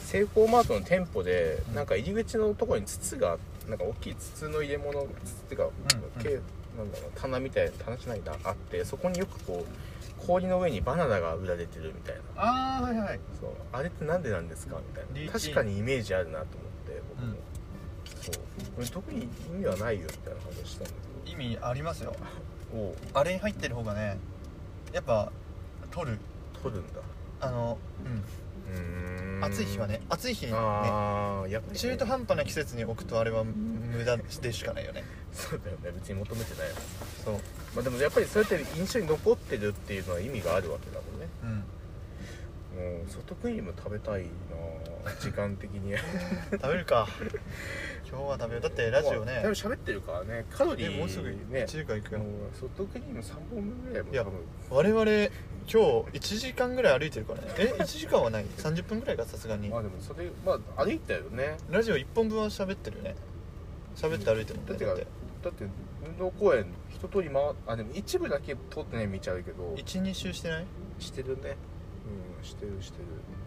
S2: セイコーマートの店舗で
S1: うん
S2: なんか入り口のところに筒がなんか大きい筒の入れ物筒っていうか、
S1: うん
S2: けなんだろう棚みたいな棚じゃないなあってそこによくこう氷の上にバナナが売られてるみたいな
S1: ああはいはい
S2: そうあれってなんでなんですかみたい
S1: リー
S2: な
S1: チ
S2: 確かにイメージあるなと思って僕も、
S1: うん
S2: そうこれ特に意味はないよみたいな話したんだけ
S1: 意味ありますよ
S2: どおう
S1: あれに入ってる方がねやっぱ取る
S2: 取るんだ
S1: あの、
S2: うー
S1: うんん、暑い日はね暑い日にね
S2: ああやっぱりね、
S1: 中途半端な季節に置くとあれは無駄でしかないよね
S2: そうだよね別に求めてないよね
S1: そう
S2: まあでもやっぱりそうやって印象に残ってるっていうのは意味があるわけだもんね
S1: うん
S2: もうソフトクリーム食べたいなあ時間的に
S1: 食べる <laughs> か今日は食べようだってラ
S2: <laughs>
S1: ジオ
S2: まあ
S1: ね
S2: だいぶ喋ってるからねカロリ
S1: え
S2: ー
S1: もうすぐ1
S2: ね
S1: 時間行く
S2: も
S1: よ
S2: うソフトクリーム3本分ぐらいも
S1: いや
S2: 多分
S1: 我々今日1時間ぐらい歩いてるからねえ1時間はない30分ぐらいがさすがに
S2: まあでもそれまあ歩いたよね
S1: ラジオ1本分は喋ってるよね喋って歩いてるもん
S2: だ
S1: ね
S2: って
S1: だ
S2: か
S1: って
S2: だって運動公園一通り回あでも一部だけ通ってない道あるけど
S1: 12周してない
S2: してるねうんしてるして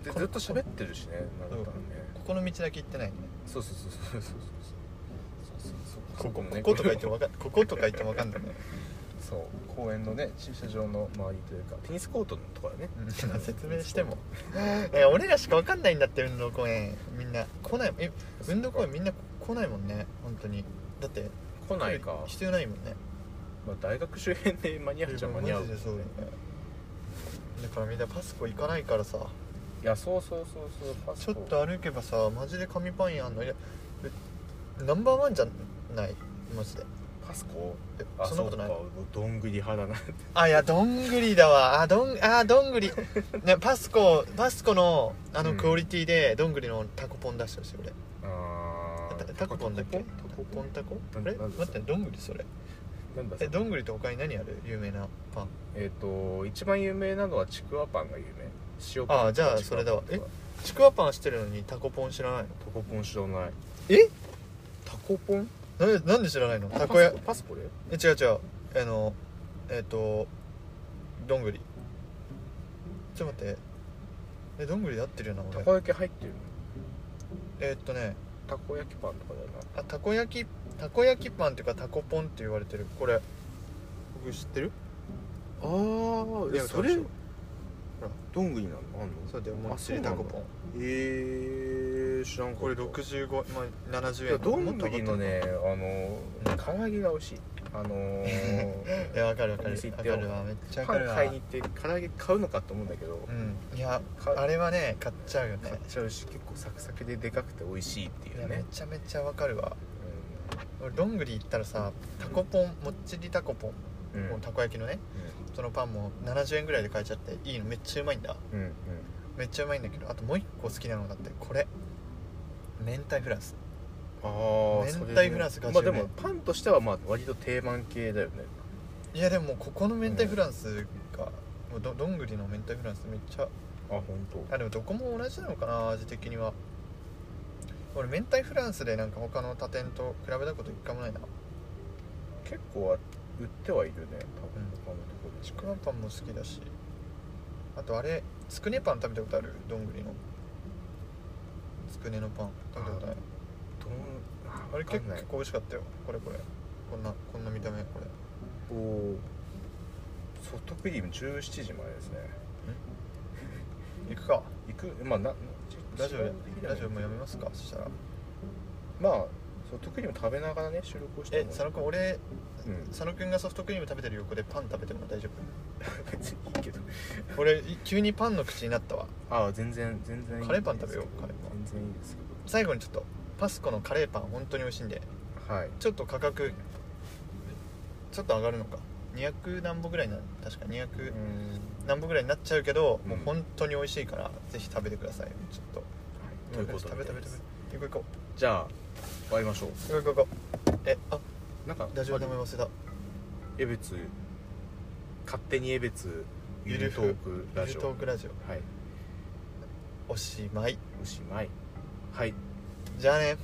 S2: るでずっと喋ってるしねなんだろうね、
S1: ここの道だけ行ってないね
S2: そうそうそうそうそうそうそうそうそうそう
S1: こことか言ってもわかんこことか言ってもわかんないね
S2: そう公園のね駐車場の周りというかテニスコートのところね、
S1: うん説明してもえ俺らしか分かんないんだって運動公園みんな来ないえ運動公園みんな来ないもんね本当にだって
S2: 来ないか、
S1: 必要ないもんね
S2: まあ、大学周辺で間に合っちゃ間に合う
S1: マジでそうだよねだからみんなパスコ行かないからさ
S2: いやそうそうそうそうパス
S1: ちょ
S2: コ
S1: っと歩けばさマジで紙パン屋あんのいやえナンバーワンじゃないマジで
S2: パスコ
S1: え
S2: あ
S1: そんなことない
S2: そうかどんぐり派だなって
S1: あいやどんぐりだわあどんあどんぐり、ね、パスコパスコのあ
S2: う
S1: の
S2: ん
S1: クオリティでどんぐりのタコポン出してほしい俺
S2: あ
S1: タ
S2: ー
S1: タコポンだっけ
S2: タコポン
S1: タコポンタコあ
S2: な
S1: れ
S2: なん
S1: 待
S2: ですか
S1: ってどんぐりそれ
S2: なんだそ
S1: え
S2: れ
S1: どんぐりと他に何ある有名なパン
S2: えっ、と一番有名なのはちくわパンが有名塩パン
S1: あーじゃあ
S2: ちくわ
S1: それだわ
S2: パンとか
S1: ちくわパンしてるのにタコポン知らないの
S2: タコポン知らない
S1: え
S2: タコポン
S1: なんでなんで知らないのたこや
S2: パスコパスコで
S1: え違う違うあのえっ、とどんぐりちょっと待ってえどんぐりで合ってるよな
S2: たこ
S1: 俺
S2: 焼き入ってるの
S1: えっとね
S2: たこ焼きパンとかだよな
S1: あたこ焼きたこ焼きパンっていうかたこポンって言われてるこれ僕知ってる
S3: あ
S1: いやそれ
S3: どんぐりなのあんの
S1: そうだよも
S3: あ
S1: っちり
S3: そう
S1: た
S3: なんだ
S1: こポン
S3: えー、知らんかった
S1: これ65まあ70
S2: いや
S1: 円
S2: どんぐりのねあの
S1: うん
S2: 唐揚げが美味しいあのー
S1: <laughs> いやわかるわか
S2: お
S1: る
S2: 店行
S1: わ
S2: っ
S1: か
S2: てよ
S1: るわめっちゃわ
S2: パ
S1: か
S2: ン
S1: るわ
S2: 買いに行って唐揚げ買うのかと思うんだけど
S1: うんいや
S2: か
S1: あれはね買っちゃうよ
S2: 買っ
S1: ね
S2: ちゃうし結構サクサクででかくて美味しいってい
S1: いうやめ
S2: ね
S1: ちゃめちゃわかるわ俺どんぐり行ったらさたこポンもっちりたこポン
S2: うんうん
S1: もうたこ焼きのねそのパンも70円ぐらいで買えちゃっていいのめっちゃうまいんだ
S2: うんうん
S1: めっちゃうまいんだけどあともう一個好きなのだってこれ明太フランス
S2: あー
S1: 明太
S2: それね
S1: フランスが
S2: まあで
S1: 有名
S2: もパンとしてはまあ割と定番系だよね
S1: いやでもここの明太フランスが、もうどどんぐりの明太フランスめっちゃ
S2: あ本当。
S1: あでもどこも同じなのかな味的には俺明太フランスでなんか他の他店と比べたこと一回もないな
S2: 結構は売ってはいるね多
S1: う
S2: 分
S1: ん
S2: 他のところで
S1: ちくわパンも好きだしあとあれつくねパン食べたことあるどんぐりのつくねのパン食べたことない
S2: どんあ
S1: あれ結
S2: わかんない
S1: 構美味しかったよこれこれこんなこんな見た目これ
S2: おーソフトクリーム17時までですね
S1: 行くか
S2: 行くまあな
S1: ラジオラジオもや
S2: め
S1: めますかそしたら
S2: まあソフトクリーム食べながらね収録をして
S1: え
S2: も
S1: 佐野くん俺
S2: うん
S1: 佐野くんがソフトクリーム食べてる横でパン食べても大丈
S2: <laughs> 別にいいけど
S1: 夫俺急にパンの口になったわ
S2: ああ全然全然いい
S1: カレーパン食べようカレーパン
S2: 全然いいですけ
S1: 最後にちょっとパスコのカレーパン本当に美味しいんで
S2: どはい
S1: ちょっと価格ちょっと上がるのか200何歩ぐらいな確か200何歩ぐらいになっちゃうけど、
S2: うん
S1: もう本当に美味しいからぜひ食べてくださいちょっと
S2: ということ
S1: 食べ食べ
S2: で
S1: 食べ行こ
S2: じゃあ終わりましょ
S1: う行こう行こう行こうえあ
S2: うなんか
S1: ラジオ名前忘れた
S2: 江別勝手に江別ゆるトークラ
S1: ゆ
S2: ジ
S1: る
S2: オ
S1: トークラジオ
S2: はい
S1: おしまい
S2: おしまいはい
S1: じゃあね